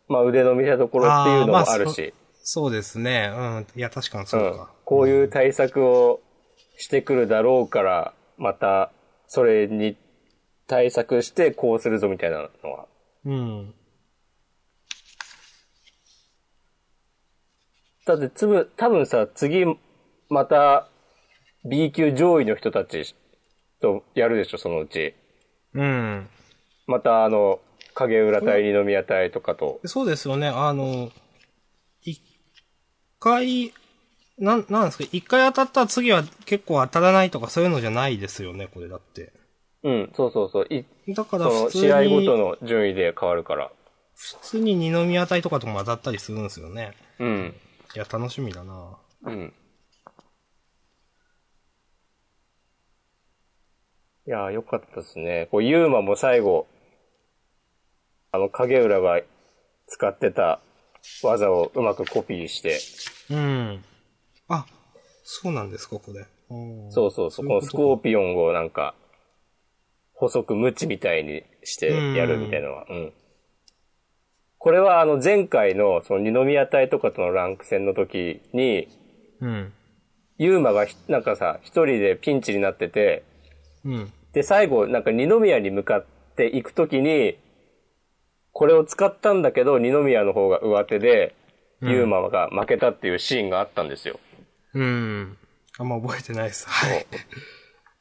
[SPEAKER 1] まあ、腕の見せ所っていうのもあるし、
[SPEAKER 2] そうですね。うん。いや、確かにそう
[SPEAKER 1] うん
[SPEAKER 2] か。。
[SPEAKER 1] こういう対策をしてくるだろうから、また、それに対策してこうするぞみたいなのは。
[SPEAKER 2] うん。
[SPEAKER 1] だって、つぶ、多分さ、次、また、B 級上位の人たちとやるでしょ、そのうち。
[SPEAKER 2] うん。
[SPEAKER 1] また、あの、影浦隊、二宮隊とかと。
[SPEAKER 2] そうですよね。あの、一回、なん、なんですか、一回当たったら次は結構当たらないとかそういうのじゃないですよね、これだって。
[SPEAKER 1] うん、そうそうそう。い
[SPEAKER 2] だか
[SPEAKER 1] そ
[SPEAKER 2] ら
[SPEAKER 1] の
[SPEAKER 2] 普通
[SPEAKER 1] 試合ご
[SPEAKER 2] に、
[SPEAKER 1] との順位で変わるから。
[SPEAKER 2] 普通に二宮隊とかとも当たったりするんですよね。
[SPEAKER 1] うん。
[SPEAKER 2] いや、楽しみだな
[SPEAKER 1] うん。いやー、よかったですね。こう、ユーマも最後、あの、影浦が使ってた技をうまくコピーして、
[SPEAKER 2] うん。あ、そうなんですか、これ。
[SPEAKER 1] そうそうそう、このスコーピオンをなんか、細くムチみたいにしてやるみたいなのは。うん。これはあの前回のその二宮隊とかとのランク戦の時に、
[SPEAKER 2] う。うん。
[SPEAKER 1] ユーマがひなんかさ、一人でピンチになってて、
[SPEAKER 2] うん。
[SPEAKER 1] で、最後なんか二宮に向かっていく時に、これを使ったんだけど二宮の方が上手で、ユーマが負けたっていうシーンがあったんですよ。
[SPEAKER 2] うん。あんま覚えてないです。はい。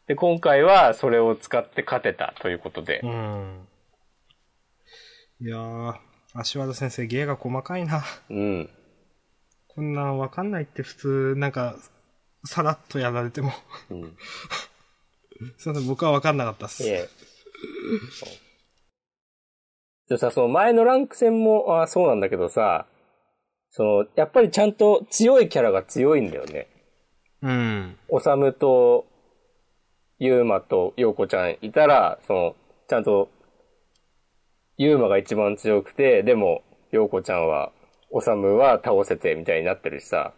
[SPEAKER 1] で、今回はそれを使って勝てたということで。
[SPEAKER 2] うん。いやー、足技先生、芸が細かいな。
[SPEAKER 1] うん。
[SPEAKER 2] こんなんわかんないって普通、なんか、さらっとやられても。
[SPEAKER 1] うん
[SPEAKER 2] すいません、僕はわかんなかったっす。
[SPEAKER 1] ええ。でさ、その前のランク戦も、あそうなんだけどさ、その、やっぱりちゃんと強いキャラが強いんだよね。
[SPEAKER 2] うん。
[SPEAKER 1] おさむと、ゆうまとようこちゃんいたら、その、ちゃんと、ゆうまが一番強くて、でも、ようこちゃんは、おさむは倒せて、みたいになってるしさ。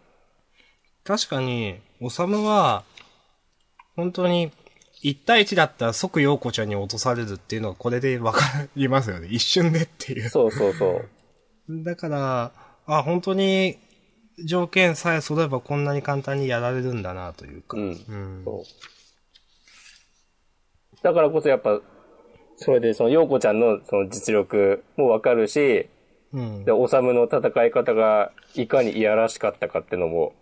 [SPEAKER 2] 確かに、おさむは、本当に、1対1だったら即陽子ちゃんに落とされるっていうのはこれでわかりますよね。一瞬でっていう。
[SPEAKER 1] そうそうそう。
[SPEAKER 2] だから、あ、本当に、条件さえ揃えばこんなに簡単にやられるんだなというか。
[SPEAKER 1] うん
[SPEAKER 2] うん。
[SPEAKER 1] そう。だからこそやっぱ、それでその、ようこちゃんのその実力もわかるし、
[SPEAKER 2] うん
[SPEAKER 1] で、。おさむの戦い方がいかにいやらしかったかってのも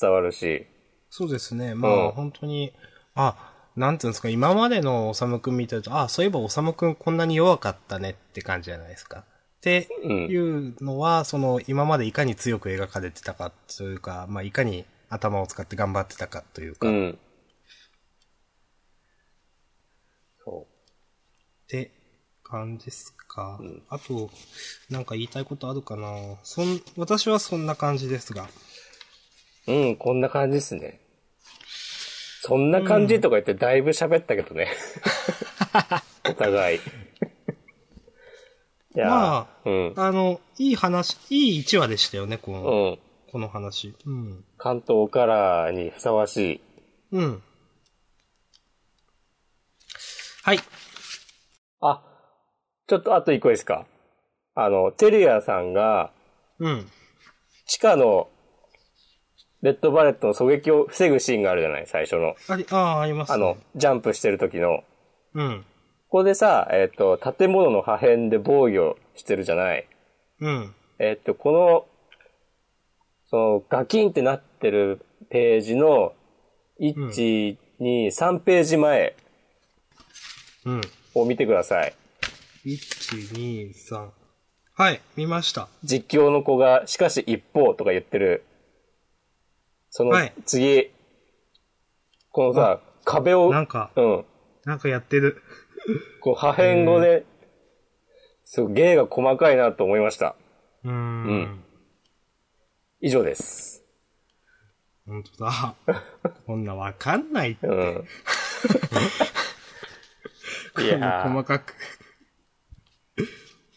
[SPEAKER 1] 伝わるし、
[SPEAKER 2] そうですね。まあ、
[SPEAKER 1] うん
[SPEAKER 2] 本当に、あ、なんていうんですか、今までのおさむくん見てると、あ、そういえばおさむくんこんなに弱かったねって感じじゃないですか。っていうのは、その、今までいかに強く描かれてたかというか、まあ、いかに頭を使って頑張ってたかというか、
[SPEAKER 1] う
[SPEAKER 2] っ
[SPEAKER 1] ん。そ
[SPEAKER 2] て感じですか。
[SPEAKER 1] ん
[SPEAKER 2] あと、なんか言いたいことあるかなそん、私はそんな感じですが。
[SPEAKER 1] う。うん、こんな感じですね。そんな感じとか言ってだいぶ喋ったけど ね。お互い。いやー
[SPEAKER 2] まあ
[SPEAKER 1] うん。
[SPEAKER 2] あの、いい話、いい1話でしたよね、この、
[SPEAKER 1] うん。
[SPEAKER 2] この話。うん。
[SPEAKER 1] 関東カラーにふさわしい。
[SPEAKER 2] うん。はい。
[SPEAKER 1] あ、ちょっとあと一個いいですか。あの、テリアさんが、
[SPEAKER 2] うん。
[SPEAKER 1] 地下の、レッドバレットの狙撃を防ぐシーンがあるじゃない最初の。
[SPEAKER 2] あり、ああ、あります、
[SPEAKER 1] あの。、ジャンプしてる時の。
[SPEAKER 2] うん。
[SPEAKER 1] ここでさ、えっ、と、建物の破片で防御してるじゃない。
[SPEAKER 2] うん。
[SPEAKER 1] えっ、と、この、その、ガキンってなってるページの、
[SPEAKER 2] うん
[SPEAKER 1] 1、2、3ページ前
[SPEAKER 2] うん。
[SPEAKER 1] を見てください。
[SPEAKER 2] 1、2、3。はい、見ました。
[SPEAKER 1] 実況の子が、しかし一方とか言ってる。その
[SPEAKER 2] はい
[SPEAKER 1] 次、このさ、壁を、
[SPEAKER 2] なんか、
[SPEAKER 1] うん。
[SPEAKER 2] なんかやってる。
[SPEAKER 1] こう破片語で、そう、芸が細かいなと思いました。
[SPEAKER 2] うーん。
[SPEAKER 1] うん以上です。
[SPEAKER 2] 本当だ。こんなわかんない。
[SPEAKER 1] うん。い
[SPEAKER 2] こんな
[SPEAKER 1] や
[SPEAKER 2] 細かく。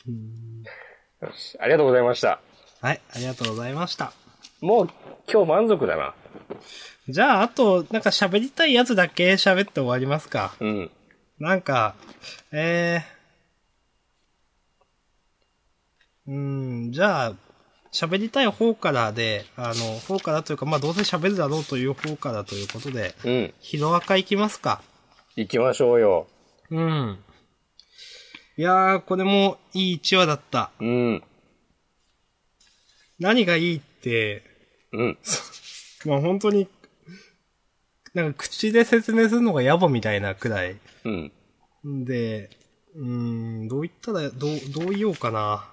[SPEAKER 1] ーよしありがとうございました。
[SPEAKER 2] はい、ありがとうございました。
[SPEAKER 1] もう、今日満足だな。
[SPEAKER 2] じゃあ、あと、なんか喋りたいやつだけ喋って終わりますか。
[SPEAKER 1] うん。
[SPEAKER 2] なんか、えー、うーん、じゃあ、喋りたい方からで、あの、方からというか、まあ、どうせ喋るだろうという方からということで、
[SPEAKER 1] うん。
[SPEAKER 2] ヒロアカいきますか。
[SPEAKER 1] 行きましょうよ。
[SPEAKER 2] うん。いやー、これもいい1話だった。
[SPEAKER 1] うん。
[SPEAKER 2] 何がいいって、
[SPEAKER 1] うん。
[SPEAKER 2] まあ、本当に、なんか口で説明するのが野暮みたいなくらい。
[SPEAKER 1] うん。
[SPEAKER 2] で、うーん、どう言ったら、どう、どう言おうかな。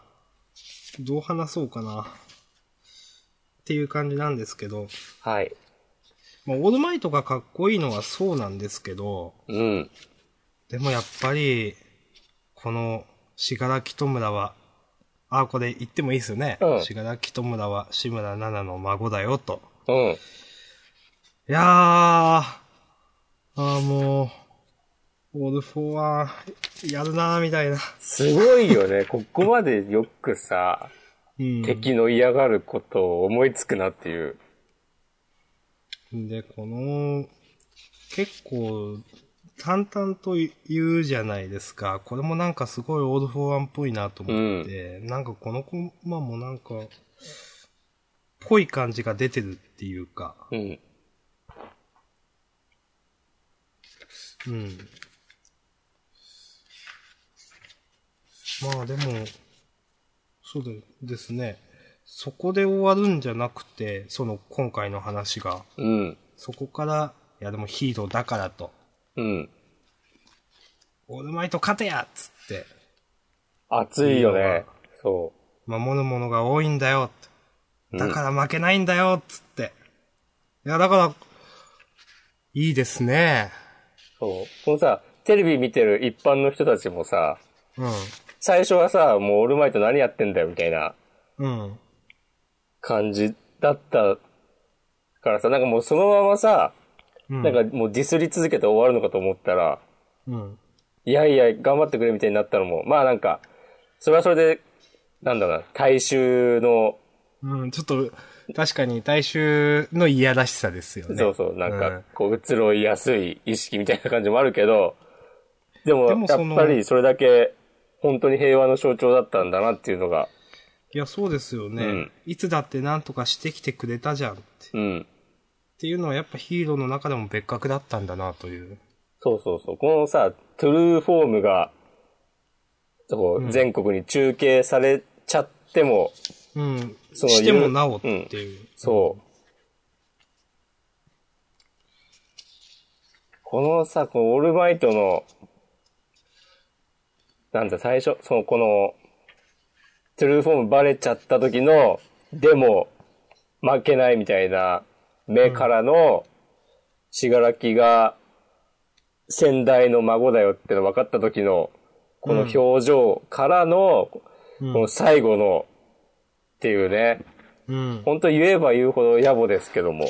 [SPEAKER 2] どう話そうかな。っていう感じなんですけど、
[SPEAKER 1] はい。
[SPEAKER 2] まあ、オールマイトがかっこいいのはそうなんですけど、
[SPEAKER 1] うん。
[SPEAKER 2] でもやっぱり、この、しがらきとむらは、あ、これ言ってもいいですよね
[SPEAKER 1] う。ん
[SPEAKER 2] しがらきとむらは志村奈々の孫だよ、と。
[SPEAKER 1] うん。
[SPEAKER 2] いやー、あーもう、オールフォーワン、やるなー、みたいな。
[SPEAKER 1] すごいよね。 ここまでよくさ、
[SPEAKER 2] うん。
[SPEAKER 1] 敵の嫌がることを思いつくなっていう。
[SPEAKER 2] で、この、結構、淡々と言うじゃないですか。これもなんかすごいオール・フォー・ワンっぽいなと思って、なんかこのコマもなんか、ぽい感じが出てるっていうか、
[SPEAKER 1] うん。
[SPEAKER 2] うん。まあでも、そうだですね。そこで終わるんじゃなくて、その今回の話が、
[SPEAKER 1] うん。
[SPEAKER 2] そこから、いやでもヒーローだからと、
[SPEAKER 1] うん。
[SPEAKER 2] オールマイト勝てやっつって、
[SPEAKER 1] 熱いよね。そ
[SPEAKER 2] 守るものが多いんだよって
[SPEAKER 1] う。
[SPEAKER 2] だから負けないんだよっつって。いや、だから、いいですね。
[SPEAKER 1] そう。このさ、テレビ見てる一般の人たちもさ、
[SPEAKER 2] うん。
[SPEAKER 1] 最初はさ、もうオールマイト何やってんだよみたいな
[SPEAKER 2] うん。
[SPEAKER 1] 感じだったからさ、なんかもうそのままさ、
[SPEAKER 2] うん。
[SPEAKER 1] なんかもうディスり続けて終わるのかと思ったら、
[SPEAKER 2] うん。
[SPEAKER 1] いやいや、頑張ってくれみたいになったのも、まあなんか、それはそれで、なんだろうな、大衆の、
[SPEAKER 2] うん、ちょっと、確かに大衆のいやらしさですよね。
[SPEAKER 1] そうそう、なん
[SPEAKER 2] う
[SPEAKER 1] か
[SPEAKER 2] ん、
[SPEAKER 1] こう、移ろいやすい意識みたいな感じもあるけど、でも、
[SPEAKER 2] でも
[SPEAKER 1] や
[SPEAKER 2] その
[SPEAKER 1] っぱりそれだけ、本当に平和の象徴だったんだなっていうのが、
[SPEAKER 2] いや、そうですよね、
[SPEAKER 1] うん
[SPEAKER 2] いつだって何とかしてきてくれたじゃんって。っ
[SPEAKER 1] うん。
[SPEAKER 2] ていうのはやっぱヒーローの中でも別格だったんだなという。
[SPEAKER 1] そうそうそう。このさ、トゥルーフォームが、こう全国に中継されちゃっても、
[SPEAKER 2] うん。
[SPEAKER 1] そう
[SPEAKER 2] してもなおっていう。
[SPEAKER 1] そう。このさ、このオールマイトの、なんだ、最初、その、この、トゥルーフォームバレちゃった時の、でも、負けないみたいな目からの、しがらきが、先代の孫だよっての分かった時の、この表情からの、
[SPEAKER 2] うん
[SPEAKER 1] この最後の、っていうね、
[SPEAKER 2] うん。
[SPEAKER 1] 本当言えば言うほど野暮ですけども。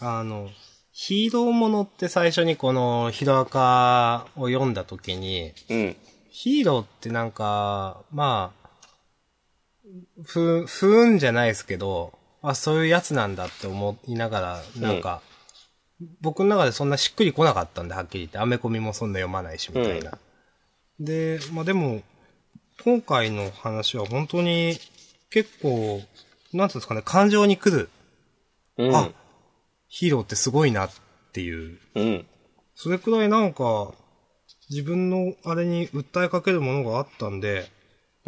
[SPEAKER 2] あの、ヒーローものって最初にこのヒロアカを読んだ時に、
[SPEAKER 1] うん。
[SPEAKER 2] ヒーローってなんか、まあ、ふ、不運じゃないですけど、あ、そういうやつなんだって思いながら、なんか、僕の中でそんなしっくりこなかったんで、はっきり言って、アメコミもそんな読まないし、みたいな。で、まあでも、今回の話は本当に、結構、なんていうんですかね、感情に来る、
[SPEAKER 1] うん。
[SPEAKER 2] あ、ヒーローってすごいなっていう。
[SPEAKER 1] うん。
[SPEAKER 2] それくらいなんか、自分のあれに訴えかけるものがあったんで、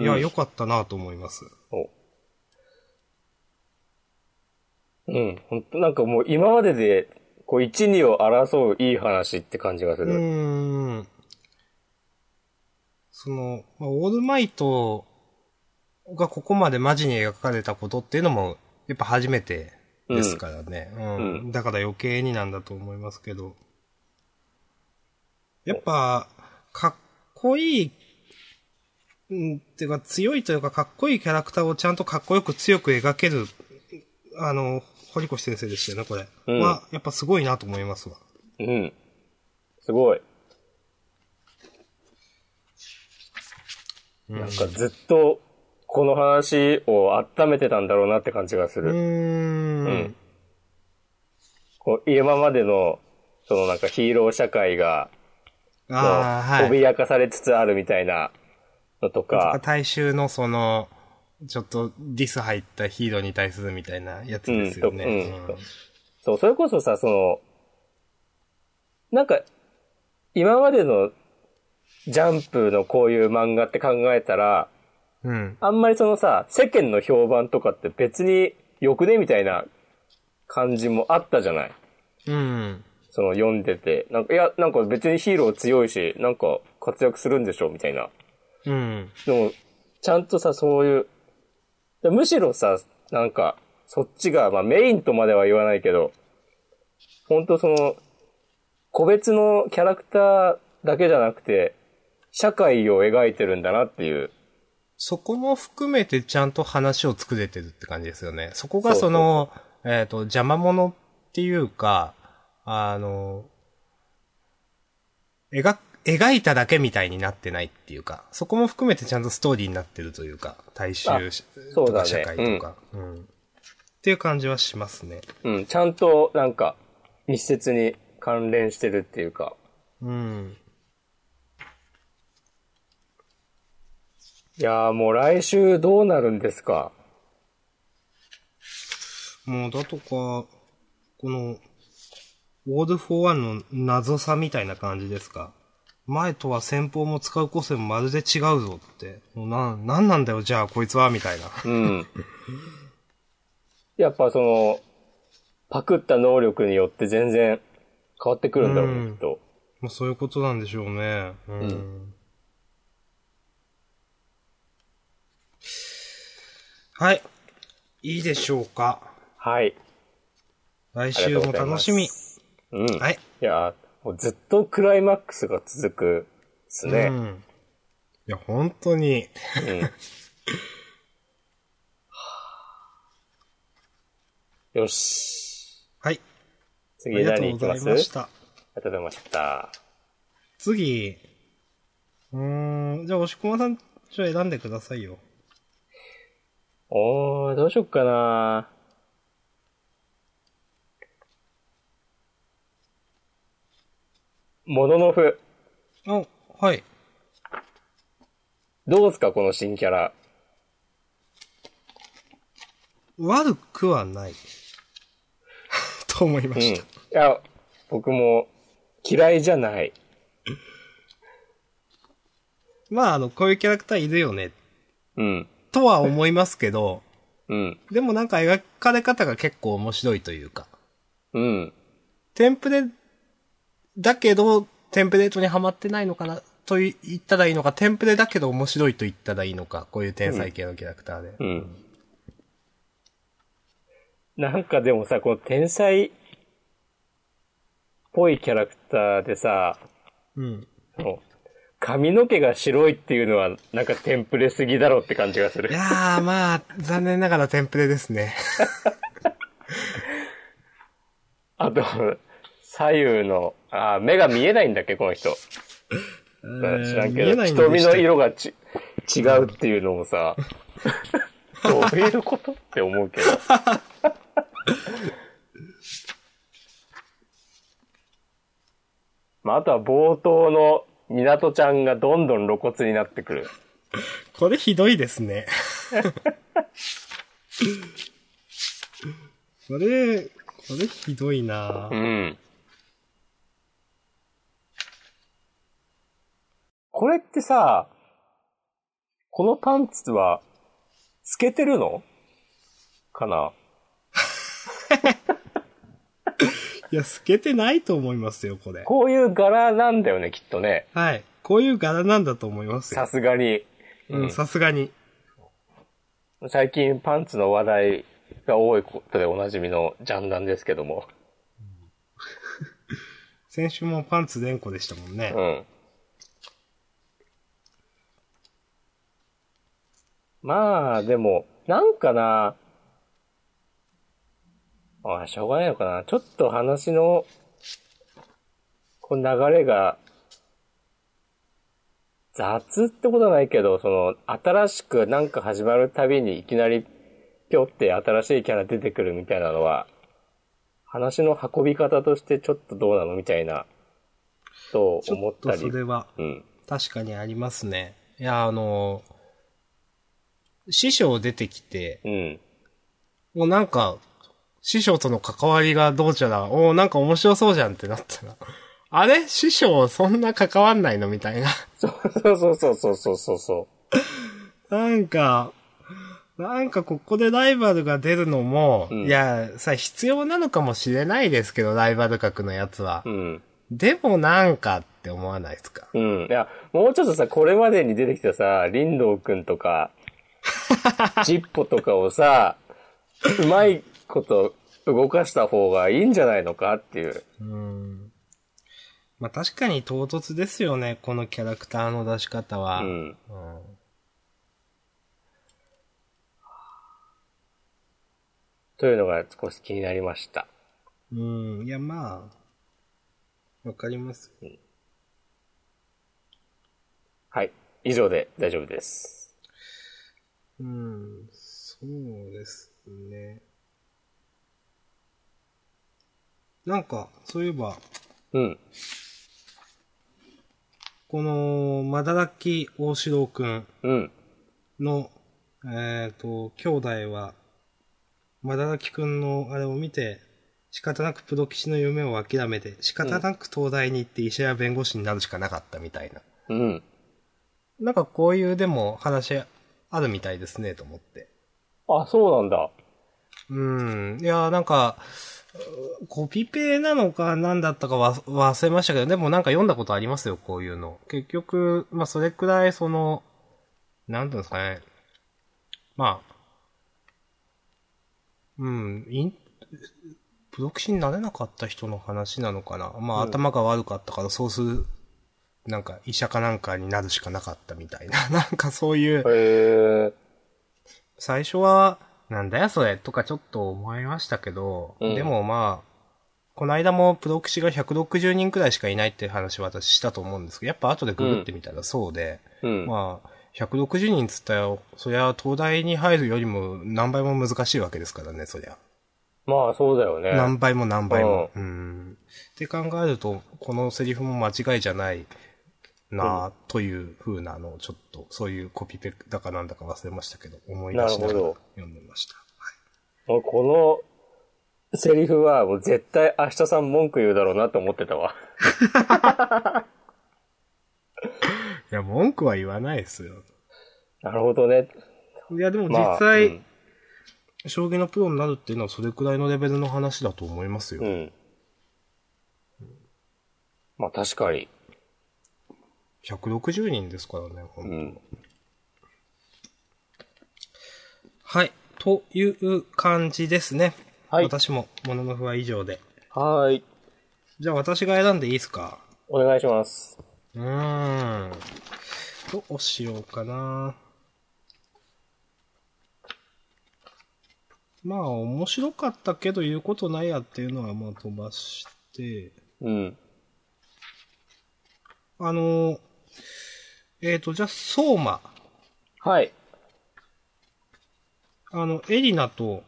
[SPEAKER 2] いや、
[SPEAKER 1] うん
[SPEAKER 2] 良かったなと思います。
[SPEAKER 1] おうん。本当なんかもう今までで、こう、一二を争ういい話って感じがす
[SPEAKER 2] う
[SPEAKER 1] る。うん。
[SPEAKER 2] ーん。その、まあ、オールマイトがここまでマジに描かれたことっていうのも、やっぱ初めてですからね。うん。
[SPEAKER 1] う
[SPEAKER 2] だから余計になんだと思いますけど。やっぱ、かっこいい、うん、っていうか強いというかかっこいいキャラクターをちゃんとかっこよく強く描ける、あの、堀越先生でしたよね、これ。
[SPEAKER 1] うん
[SPEAKER 2] は、やっぱすごいなと思いますわ。
[SPEAKER 1] すごい。
[SPEAKER 2] うん
[SPEAKER 1] なんかずっと、この話を温めてたんだろうなって感じがす
[SPEAKER 2] う
[SPEAKER 1] る。
[SPEAKER 2] ーん。
[SPEAKER 1] こう、今までの、そのなんかヒーロー社会が、こう
[SPEAKER 2] ああ、はい。
[SPEAKER 1] 脅かされつつあるみたいなのとか、
[SPEAKER 2] 大衆のその、ちょっとディス入ったヒーローに対するみたいなやつですよね。
[SPEAKER 1] うんとうんそう、それこそさ、その、なんか、今までのジャンプのこういう漫画って考えたら、
[SPEAKER 2] うん。うん
[SPEAKER 1] あんまりそのさ、世間の評判とかって別によくねみたいな感じもあったじゃない
[SPEAKER 2] うん。
[SPEAKER 1] その読んでて。なんか、いや、なんか別にヒーロー強いし、なんか活躍するんでしょみたいな。
[SPEAKER 2] うん。
[SPEAKER 1] でも、ちゃんとさ、そういう、でむしろさ、なんか、そっちが、まあメインとまでは言わないけど、ほんとその、個別のキャラクターだけじゃなくて、社会を描いてるんだなっていう。
[SPEAKER 2] そこも含めてちゃんと話を作れてるって感じですよね。そこが
[SPEAKER 1] そうそう
[SPEAKER 2] その、えっ、と、邪魔者っていうか、あの、描、描いただけみたいになってないっていうか、そこも含めてちゃんとストーリーになってるというか、大衆
[SPEAKER 1] あそう
[SPEAKER 2] と
[SPEAKER 1] だ
[SPEAKER 2] か
[SPEAKER 1] ね
[SPEAKER 2] 社会とか、うんっていう感じはしますね。
[SPEAKER 1] うん、ちゃんと、なんか、密接に関連してるっていうか。
[SPEAKER 2] うん。
[SPEAKER 1] いやーもう来週どうなるんですか。
[SPEAKER 2] もう、だとか、この、オール・フォー・ワンの謎さみたいな感じですか。前とは戦法も使う個性もまるで違うぞって。もうな、なんなんだよ、じゃあ、こいつは、みたいな。
[SPEAKER 1] うん。やっぱその、パクった能力によって全然変わってくるんだろう
[SPEAKER 2] う
[SPEAKER 1] ね、
[SPEAKER 2] ん
[SPEAKER 1] きっと。
[SPEAKER 2] もうそういうことなんでしょうね。うん。
[SPEAKER 1] う
[SPEAKER 2] はい。いいでしょうか。
[SPEAKER 1] はい。
[SPEAKER 2] 来
[SPEAKER 1] あり
[SPEAKER 2] 週
[SPEAKER 1] がとう
[SPEAKER 2] も
[SPEAKER 1] ござい
[SPEAKER 2] 楽
[SPEAKER 1] ます。
[SPEAKER 2] しみ。
[SPEAKER 1] うん。い、
[SPEAKER 2] はい。
[SPEAKER 1] やーもうずっとクライマックスが続くっすね。
[SPEAKER 2] う
[SPEAKER 1] うん。
[SPEAKER 2] ん。いや、本当に。
[SPEAKER 1] よし。
[SPEAKER 2] はい。あ
[SPEAKER 1] 次
[SPEAKER 2] りがとう
[SPEAKER 1] 何
[SPEAKER 2] ご
[SPEAKER 1] 行きま
[SPEAKER 2] ざい
[SPEAKER 1] すあ
[SPEAKER 2] ま
[SPEAKER 1] り
[SPEAKER 2] した。
[SPEAKER 1] がとうございました。
[SPEAKER 2] 次。うーん、じゃあ、押し込まさん、ちょ、選んでくださいよ。
[SPEAKER 1] おー、どうしよっかなもののふ。
[SPEAKER 2] あ、はい。
[SPEAKER 1] どうすか、この新キャラ。
[SPEAKER 2] 悪くはない。 と思いま
[SPEAKER 1] うん。
[SPEAKER 2] し
[SPEAKER 1] い
[SPEAKER 2] た。
[SPEAKER 1] や、僕も嫌いじゃない。
[SPEAKER 2] まあ、あの、こういうキャラクターいるよね、
[SPEAKER 1] うん。
[SPEAKER 2] とは思いますけど、
[SPEAKER 1] うん。
[SPEAKER 2] でもなんか描かれ方が結構面白いというか。
[SPEAKER 1] うん。
[SPEAKER 2] テンプレ、だけど、テンプレートにはまってないのかな、と言ったらいいのか、テンプレだけど面白いと言ったらいいのか、こういう天才系のキャラクターで。
[SPEAKER 1] うん。なんかでもさ、この天才っぽいキャラクターでさ、
[SPEAKER 2] うん。
[SPEAKER 1] その髪の毛が白いっていうのは、なんかテンプレすぎだろって感じがする
[SPEAKER 2] い。やー、まあ、残念ながらテンプレですね。
[SPEAKER 1] あと、左右の、あー目が見えないんだっけ、この人。知らんけ
[SPEAKER 2] 見え
[SPEAKER 1] ど、
[SPEAKER 2] ないんでした
[SPEAKER 1] 瞳の色がち違うっていうのも さ、どういうことって思うけど。 まあ、あとは冒頭の港ちゃんがどんどん露骨になってくる。
[SPEAKER 2] これひどいですね。これ、これひどいな
[SPEAKER 1] う
[SPEAKER 2] ぁ
[SPEAKER 1] ん。これってさ、このパンツは、透けてるのかない
[SPEAKER 2] や、透けてないと思いますよ、これ。
[SPEAKER 1] こういう柄なんだよね、きっとね。
[SPEAKER 2] はい。こういう柄なんだと思います
[SPEAKER 1] さ
[SPEAKER 2] よ。
[SPEAKER 1] すがに。
[SPEAKER 2] うん、さすがに。
[SPEAKER 1] 最近パンツの話題が多いことでおなじみのジャンダンですけども。
[SPEAKER 2] 先週もパンツ連呼でしたもんね。
[SPEAKER 1] うん。まあ、でも、なんかな、あしょうがないのかな。ちょっと話の、こう流れが、雑ってことはないけど、その、新しくなんか始まるたびにいきなり、ぴょって新しいキャラ出てくるみたいなのは、話の運び方としてちょっとどうなのみたいな、と
[SPEAKER 2] ち
[SPEAKER 1] 思
[SPEAKER 2] ょ
[SPEAKER 1] っ
[SPEAKER 2] ったと
[SPEAKER 1] り。
[SPEAKER 2] それは
[SPEAKER 1] うん。
[SPEAKER 2] 確かにありますね。いや、あの、師匠出てきて、
[SPEAKER 1] うん。
[SPEAKER 2] もうなんか、師匠との関わりがどうちゃら、おーなんか面白そうじゃんってなったら、あれ師匠そんな関わんないのみたいな。
[SPEAKER 1] そうそうそうそうそうそうそ
[SPEAKER 2] なんか、なんかここでライバルが出るのも、
[SPEAKER 1] うん
[SPEAKER 2] いや、さ、必要なのかもしれないですけど、ライバル格のやつは。
[SPEAKER 1] う。うん。
[SPEAKER 2] でもなんかって思わないですか。
[SPEAKER 1] うん。いや、もうちょっとさ、これまでに出てきたさ、林道くんとか、ジッポとかをさ、うまいこと動かした方がいいんじゃないのかっていう。
[SPEAKER 2] うん。まあ確かに唐突ですよね、このキャラクターの出し方
[SPEAKER 1] う
[SPEAKER 2] は。
[SPEAKER 1] ん。
[SPEAKER 2] うん
[SPEAKER 1] というのが少し気になりました。
[SPEAKER 2] うん、いや、まあ、わかります。
[SPEAKER 1] はい。以上で大丈夫です。
[SPEAKER 2] うん、そうですね。なんか、そういえば、
[SPEAKER 1] うん。
[SPEAKER 2] この、まだらっき大城くん
[SPEAKER 1] うん。
[SPEAKER 2] の、えっ、と、兄弟は、まだらきくんのあれを見て、仕方なくプロ棋士の夢を諦めて、仕方なく東大に行って医者や弁護士になるしかなかったみたいな。
[SPEAKER 1] うん。
[SPEAKER 2] なんかこういうでも話あるみたいですね、と思って。
[SPEAKER 1] あ、そうなんだ。
[SPEAKER 2] うん。いや、なんか、うコピペなのか何だったかわ忘れましたけど、でもなんか読んだことありますよ、こういうの。結局、まあそれくらいその、なんていうんですかね。まあ、うん、イン、プロ棋士になれなかった人の話なのかな。まあ、
[SPEAKER 1] うん
[SPEAKER 2] 頭が悪かったから、そうする、なんか医者かなんかになる しかなかったみたいな。なんかそういう、
[SPEAKER 1] へえ。
[SPEAKER 2] 最初は、なんだよそれとかちょっと思いましたけど、
[SPEAKER 1] うん
[SPEAKER 2] でもまあ、この間もプロ棋士が160人くらいしかいないって話私したと思うんですけど、やっぱ後でググってみたらそうで、
[SPEAKER 1] うん。
[SPEAKER 2] まあ、160人っつったら、そりゃ東大に入るよりも何倍も難しいわけですからね、そりゃ。
[SPEAKER 1] まあ、そうだよね。
[SPEAKER 2] 何倍も何倍も。うん。って考えると、このセリフも間違いじゃないなあという風なのをちょっと、そういうコピペだかなんだか忘れましたけど、思い出しな
[SPEAKER 1] な
[SPEAKER 2] が
[SPEAKER 1] る
[SPEAKER 2] ら
[SPEAKER 1] ほど
[SPEAKER 2] 読んでました。
[SPEAKER 1] もうこのセリフはもう絶対明日さん文句言うだろうなと思ってたわ。
[SPEAKER 2] いや、文句は言わないですよ。
[SPEAKER 1] なるほどね。
[SPEAKER 2] いや、でも実
[SPEAKER 1] まあ
[SPEAKER 2] 際、将棋のプロになるっていうのはそれくらいのレベルの話だと思いますよ。
[SPEAKER 1] うん。うんまあ確かに。
[SPEAKER 2] 160人ですからね、ほんと
[SPEAKER 1] うん。
[SPEAKER 2] はい。という感じですね。
[SPEAKER 1] はい
[SPEAKER 2] 私も、もののふは以上で。
[SPEAKER 1] はーい。
[SPEAKER 2] じゃあ私が選んでいいですか
[SPEAKER 1] お願いします。
[SPEAKER 2] うーん。どうしようかな。まあ、面白かったけど言うことないやっていうのはまあ飛ばして、
[SPEAKER 1] うん。
[SPEAKER 2] あの、えっ、と、じゃあ、相馬。
[SPEAKER 1] はい。
[SPEAKER 2] あの、エリナと、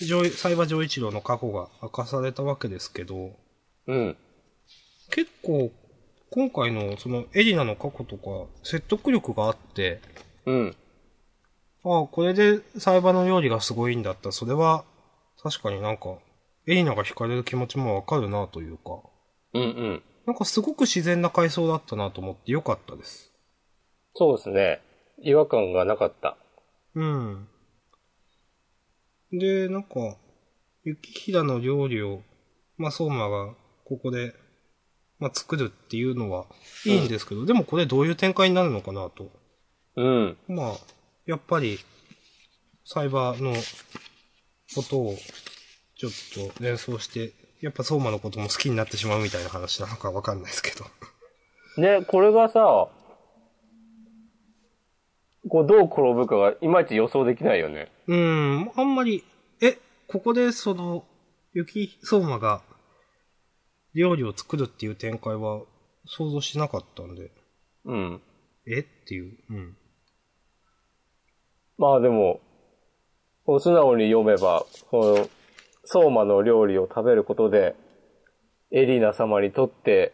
[SPEAKER 2] 上いサイバー上一郎の過去が明かされたわけですけど、
[SPEAKER 1] うん。
[SPEAKER 2] 結構、今回のそのエリナの過去とか説得力があって、
[SPEAKER 1] うん。
[SPEAKER 2] ああ、これでサイバーの料理がすごいんだったら、それは確かになんか、エリナが惹かれる気持ちもわかるなというか、
[SPEAKER 1] うんうん。
[SPEAKER 2] なんかすごく自然な回想だったなと思ってよかったです。
[SPEAKER 1] そうですね。違和感がなかった。
[SPEAKER 2] うん。で、なんか、雪平の料理を、まあ、相馬がここで、まあ、作るっていうのはいいんですけど、でもこれどういう展開になるのかなと。
[SPEAKER 1] うん。
[SPEAKER 2] まあ、やっぱり、サイバーのことをちょっと連想して、やっぱ相馬のことも好きになってしまうみたいな話なのかわかんないですけど。
[SPEAKER 1] ね、これがさ、こうどう転ぶかがいまいち予想できないよね。
[SPEAKER 2] うーん、あんまり、え、ここでその、雪相馬が料理を作るっていう展開は想像しなかったんで、
[SPEAKER 1] うん。
[SPEAKER 2] えっていう。うん。
[SPEAKER 1] まあでも、こう素直に読めば、この、相馬の料理を食べることで、エリーナ様にとって、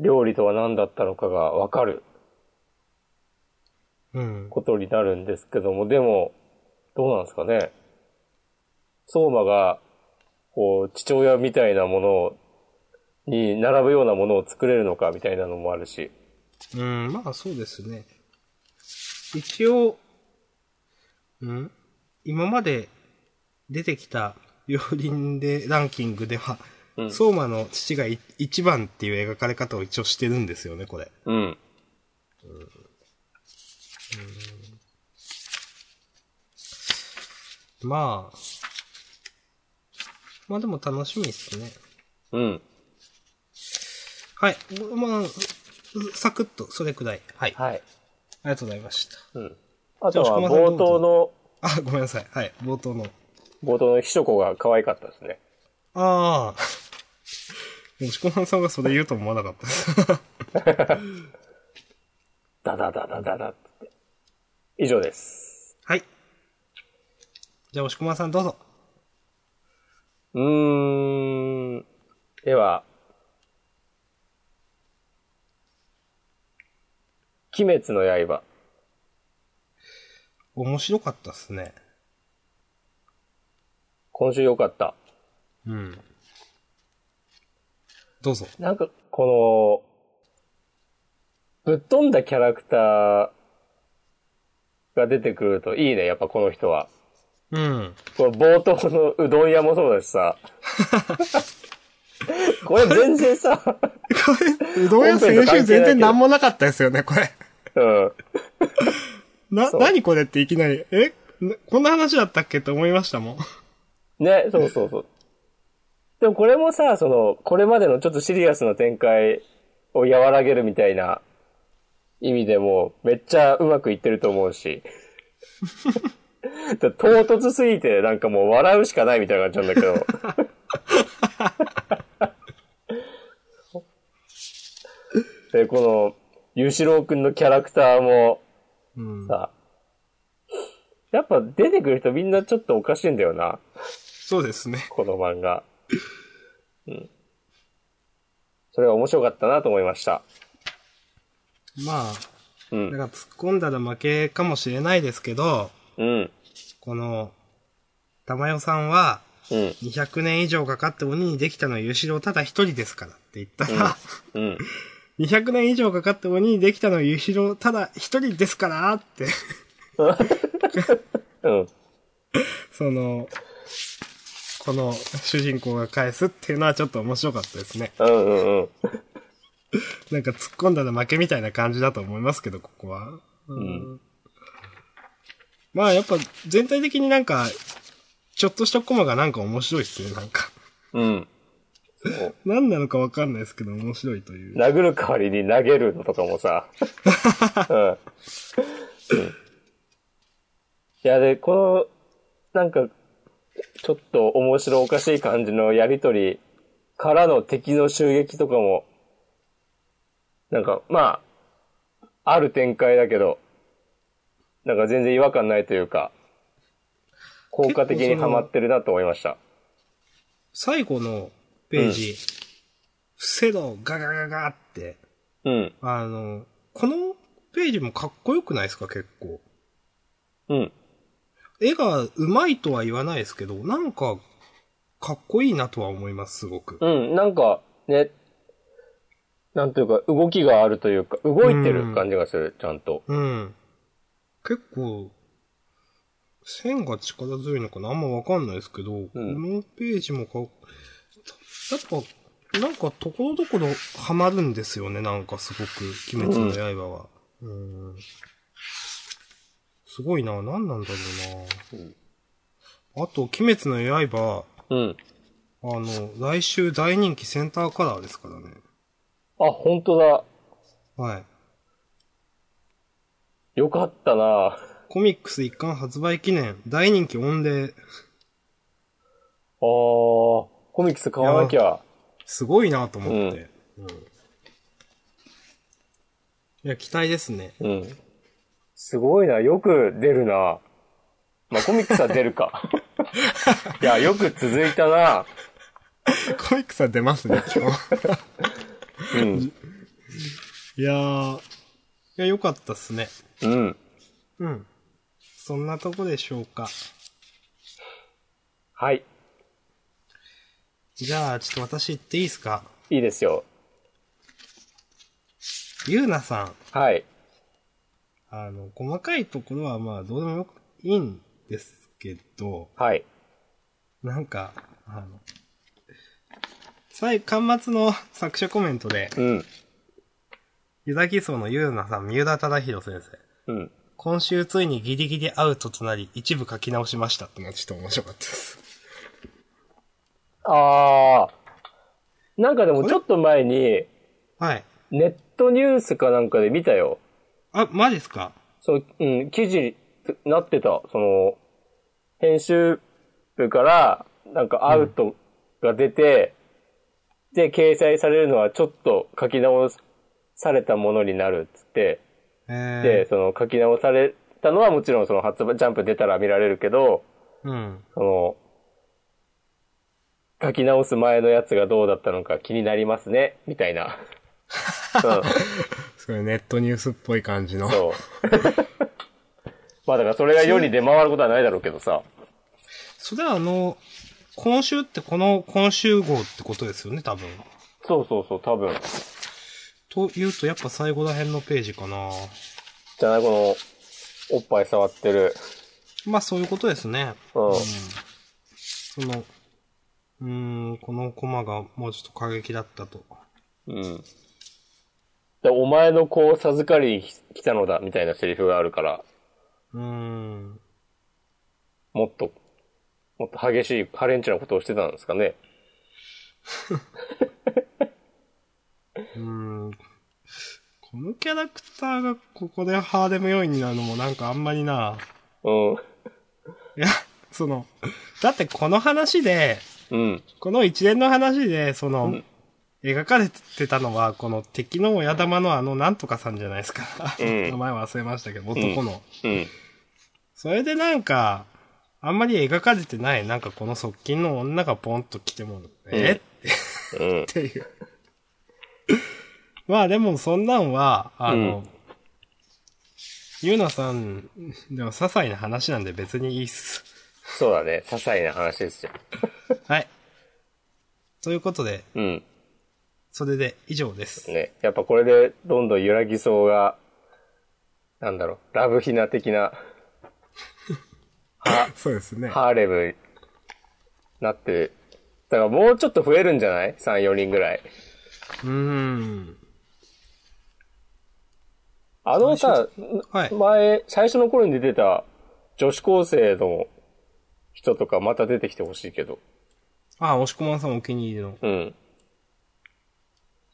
[SPEAKER 1] 料理とは何だったのかがわかる
[SPEAKER 2] うん。
[SPEAKER 1] ことになるんですけども、でも、どうなんですかね。相馬が、こう、父親みたいなものを、に並ぶようなものを作れるのかみたいなのもあるし。
[SPEAKER 2] うん、まあそうですね。一応、うん今まで出てきた料理人でランキングでは、
[SPEAKER 1] うん
[SPEAKER 2] 相馬の父がい一番っていう描かれ方を一応してるんですよね、これ。
[SPEAKER 1] うん。
[SPEAKER 2] まあ、まあでも楽しみですね。
[SPEAKER 1] うん。
[SPEAKER 2] はい。まあ、サクッとそれくらい。はい。あ
[SPEAKER 1] はい。
[SPEAKER 2] りがとうございました。
[SPEAKER 1] うん。あとは、
[SPEAKER 2] じゃあ押し込まさん
[SPEAKER 1] 冒頭の、
[SPEAKER 2] あ、ごめんなさい。はい。冒頭の。
[SPEAKER 1] 冒頭の秘書子が可愛かったですね。
[SPEAKER 2] ああ。 もしこまんさんがそれ言うと思わなかった です。
[SPEAKER 1] ダダダダダダって。以上です。
[SPEAKER 2] はい。じゃあ、押し込まんさんどうぞ。
[SPEAKER 1] うーん。では、鬼滅の刃。
[SPEAKER 2] 面白かったっすね。
[SPEAKER 1] 今週良かった。
[SPEAKER 2] うん。どうぞ。
[SPEAKER 1] なんか、この、ぶっ飛んだキャラクターが出てくるといいね、やっぱこの人は。
[SPEAKER 2] うん。
[SPEAKER 1] この冒頭のうどん屋もそうだしさ。これ全然さ、
[SPEAKER 2] うどん
[SPEAKER 1] 本編と関
[SPEAKER 2] 屋先
[SPEAKER 1] 係ないけ
[SPEAKER 2] 週
[SPEAKER 1] ど
[SPEAKER 2] 全然何もなかったですよね、これ。
[SPEAKER 1] うん。
[SPEAKER 2] な、
[SPEAKER 1] う
[SPEAKER 2] 何これっていきなり、えなこんな話だったっけって思いましたもん。
[SPEAKER 1] ね、そうそうそう。でもこれもさ、その、これまでのちょっとシリアスな展開を和らげるみたいな意味でも、めっちゃうまくいってると思うし。 唐突すぎて、なんかもう笑うしかないみたいな感じなんだけど。 で、この、ゆうしろうくんのキャラクターも
[SPEAKER 2] うん。
[SPEAKER 1] さ、やっぱ出てくる人みんなちょっとおかしいんだよな、
[SPEAKER 2] そうですね。
[SPEAKER 1] この漫画。うん。それは面白かったなと思いました。
[SPEAKER 2] まあ、
[SPEAKER 1] う
[SPEAKER 2] なん
[SPEAKER 1] ん。
[SPEAKER 2] か突っ込んだら負けかもしれないですけど、
[SPEAKER 1] うん。
[SPEAKER 2] この、玉代さんは、
[SPEAKER 1] うん。
[SPEAKER 2] 200年以上かかって鬼にできたのはゆうしろうただ一人ですからって言った ら、
[SPEAKER 1] うん。
[SPEAKER 2] 200年以上かかって鬼にできたのはゆうしろうただ一人ですからって、
[SPEAKER 1] うん。
[SPEAKER 2] その、この主人公が返すっていうのはちょっと面白かったですね。
[SPEAKER 1] うんうんうん。
[SPEAKER 2] なんか突っ込んだら負けみたいな感じだと思いますけど、ここは。うんまあやっぱ全体的になんか、ちょっとしたコマがなんか面白いっすね、なんか。
[SPEAKER 1] うん。そう
[SPEAKER 2] 何なのかわかんないですけど、面白いという。
[SPEAKER 1] 殴る代わりに投げるのとかも さ。うん。うんいや、で、この、なんか、ちょっと面白おかしい感じのやりとりからの敵の襲撃とかも、なんか、まあ、ある展開だけど、なんか全然違和感ないというか、効果的に
[SPEAKER 2] 結構そ
[SPEAKER 1] は
[SPEAKER 2] の
[SPEAKER 1] まってるなと思いました。
[SPEAKER 2] 最後のページ、伏せろ、ガガガガって、
[SPEAKER 1] うん。
[SPEAKER 2] あの、このページもかっこよくないですか、結構。
[SPEAKER 1] うん。
[SPEAKER 2] 絵が上手いとは言わないですけど、なんか、かっこいいなとは思います、すごく。
[SPEAKER 1] うん、なんか、ね、なんというか、動きがあるというか、動いてる感じがする、ちゃんと。
[SPEAKER 2] うん。結構、線が力強いのかなあんまわかんないですけど、このページもか、やっぱ、なんかところどころハマるんですよね、なんかすごく、鬼滅の刃は。うん。すごいな、何なんだろうな。あと、鬼滅の刃、
[SPEAKER 1] うん。
[SPEAKER 2] あの、来週大人気センターカラーですからね。
[SPEAKER 1] あ、本当だ。
[SPEAKER 2] はい。
[SPEAKER 1] よかったな
[SPEAKER 2] コミックス一巻発売記念、大人気御
[SPEAKER 1] あー、
[SPEAKER 2] 礼。
[SPEAKER 1] コミックス買わなきゃ。
[SPEAKER 2] すごいなと思って。うんいや、期待ですね。
[SPEAKER 1] うん。すごいな、よく出るなまあ、コミックスは出る か。いや、よく続いたな
[SPEAKER 2] コミックスは出ます ね、今日。
[SPEAKER 1] うん。
[SPEAKER 2] いやー、いや、良かったっすね。
[SPEAKER 1] うん。
[SPEAKER 2] うん。そんなとこでしょうか。
[SPEAKER 1] はい。
[SPEAKER 2] じゃあ、ちょっと私行っていいですか。
[SPEAKER 1] いいですよ。
[SPEAKER 2] ゆうなさん、
[SPEAKER 1] はい。
[SPEAKER 2] あの、細かいところはまあ、どうでもよくいいんですけど、
[SPEAKER 1] はい。
[SPEAKER 2] なんか、あの、 最、巻末の作者コメントで、
[SPEAKER 1] うん。
[SPEAKER 2] ユダキソのゆうなさん、三浦忠宏先生。
[SPEAKER 1] うん。
[SPEAKER 2] 今週ついにギリギリアウトとなり、一部書き直しましたってのはちょっと面白かったです。
[SPEAKER 1] あー。なんかでもちょっと前に、
[SPEAKER 2] はい。
[SPEAKER 1] ネットニュースかなんかで見たよ。
[SPEAKER 2] あ、マジですか
[SPEAKER 1] そう、うん、記事になってた。その、編集部から、なんかアウトが出て、で、掲載されるのはちょっと書き直されたものになるっつって、で、
[SPEAKER 2] え
[SPEAKER 1] その書き直されたのはもちろんその発売、ジャンプ出たら見られるけど、
[SPEAKER 2] ー、うん。
[SPEAKER 1] その、書き直す前のやつがどうだったのか気になりますね、みたい な。うん
[SPEAKER 2] すごいネットニュースっぽい感じの。
[SPEAKER 1] そう。 まあだからそれが世に出回ることはないだろうけどさ。
[SPEAKER 2] それはあの、今週ってこの今週号ってことですよね、多分。
[SPEAKER 1] そうそうそう、多分。
[SPEAKER 2] というと、やっぱ最後ら辺のページかな
[SPEAKER 1] じゃない、この、おっぱい触ってる。
[SPEAKER 2] まあそういうことですね。
[SPEAKER 1] うん。
[SPEAKER 2] その、うーん、このコマがもうちょっと過激だったと。
[SPEAKER 1] うん。でお前の子を授かりに来たのだ、みたいなセリフがあるから、
[SPEAKER 2] うーん。
[SPEAKER 1] もっと、もっと激しい、ハレンチなことをしてたんですかね。
[SPEAKER 2] うーんこのキャラクターがここでハーデム要因になるのもなんかあんまりな、
[SPEAKER 1] うん。
[SPEAKER 2] いや、その、だってこの話で、
[SPEAKER 1] うん。
[SPEAKER 2] この一連の話で、その、
[SPEAKER 1] うん
[SPEAKER 2] 描かれてたのは、この敵の親玉のあのなんとかさんじゃないですか。
[SPEAKER 1] うん
[SPEAKER 2] 名前忘れましたけど、男の。
[SPEAKER 1] うん。
[SPEAKER 2] それでなんか、あんまり描かれてない、なんかこの側近の女がポンと来ても、え
[SPEAKER 1] うん
[SPEAKER 2] っ。ていう。 まあでもそんなんは、あ
[SPEAKER 1] う
[SPEAKER 2] の、
[SPEAKER 1] ん
[SPEAKER 2] ゆうなさん、でも些細な話なんで別にいいっす。
[SPEAKER 1] そうだね。些細な話ですよ。
[SPEAKER 2] はい。ということで、
[SPEAKER 1] うん。
[SPEAKER 2] それで以上です。
[SPEAKER 1] ね。やっぱこれで、どんどん揺らぎそうが、なんだろう、ラブヒナ的な、は、
[SPEAKER 2] そうですね
[SPEAKER 1] ハーレム、なって、だからもうちょっと増えるんじゃない ?3、4人ぐらい。
[SPEAKER 2] うーん。
[SPEAKER 1] あのさ、
[SPEAKER 2] はい。
[SPEAKER 1] 前、最初の頃に出てた女子高生の人とかまた出てきてほしいけど。
[SPEAKER 2] あ、押し込まんさんお気に入りの。
[SPEAKER 1] うん。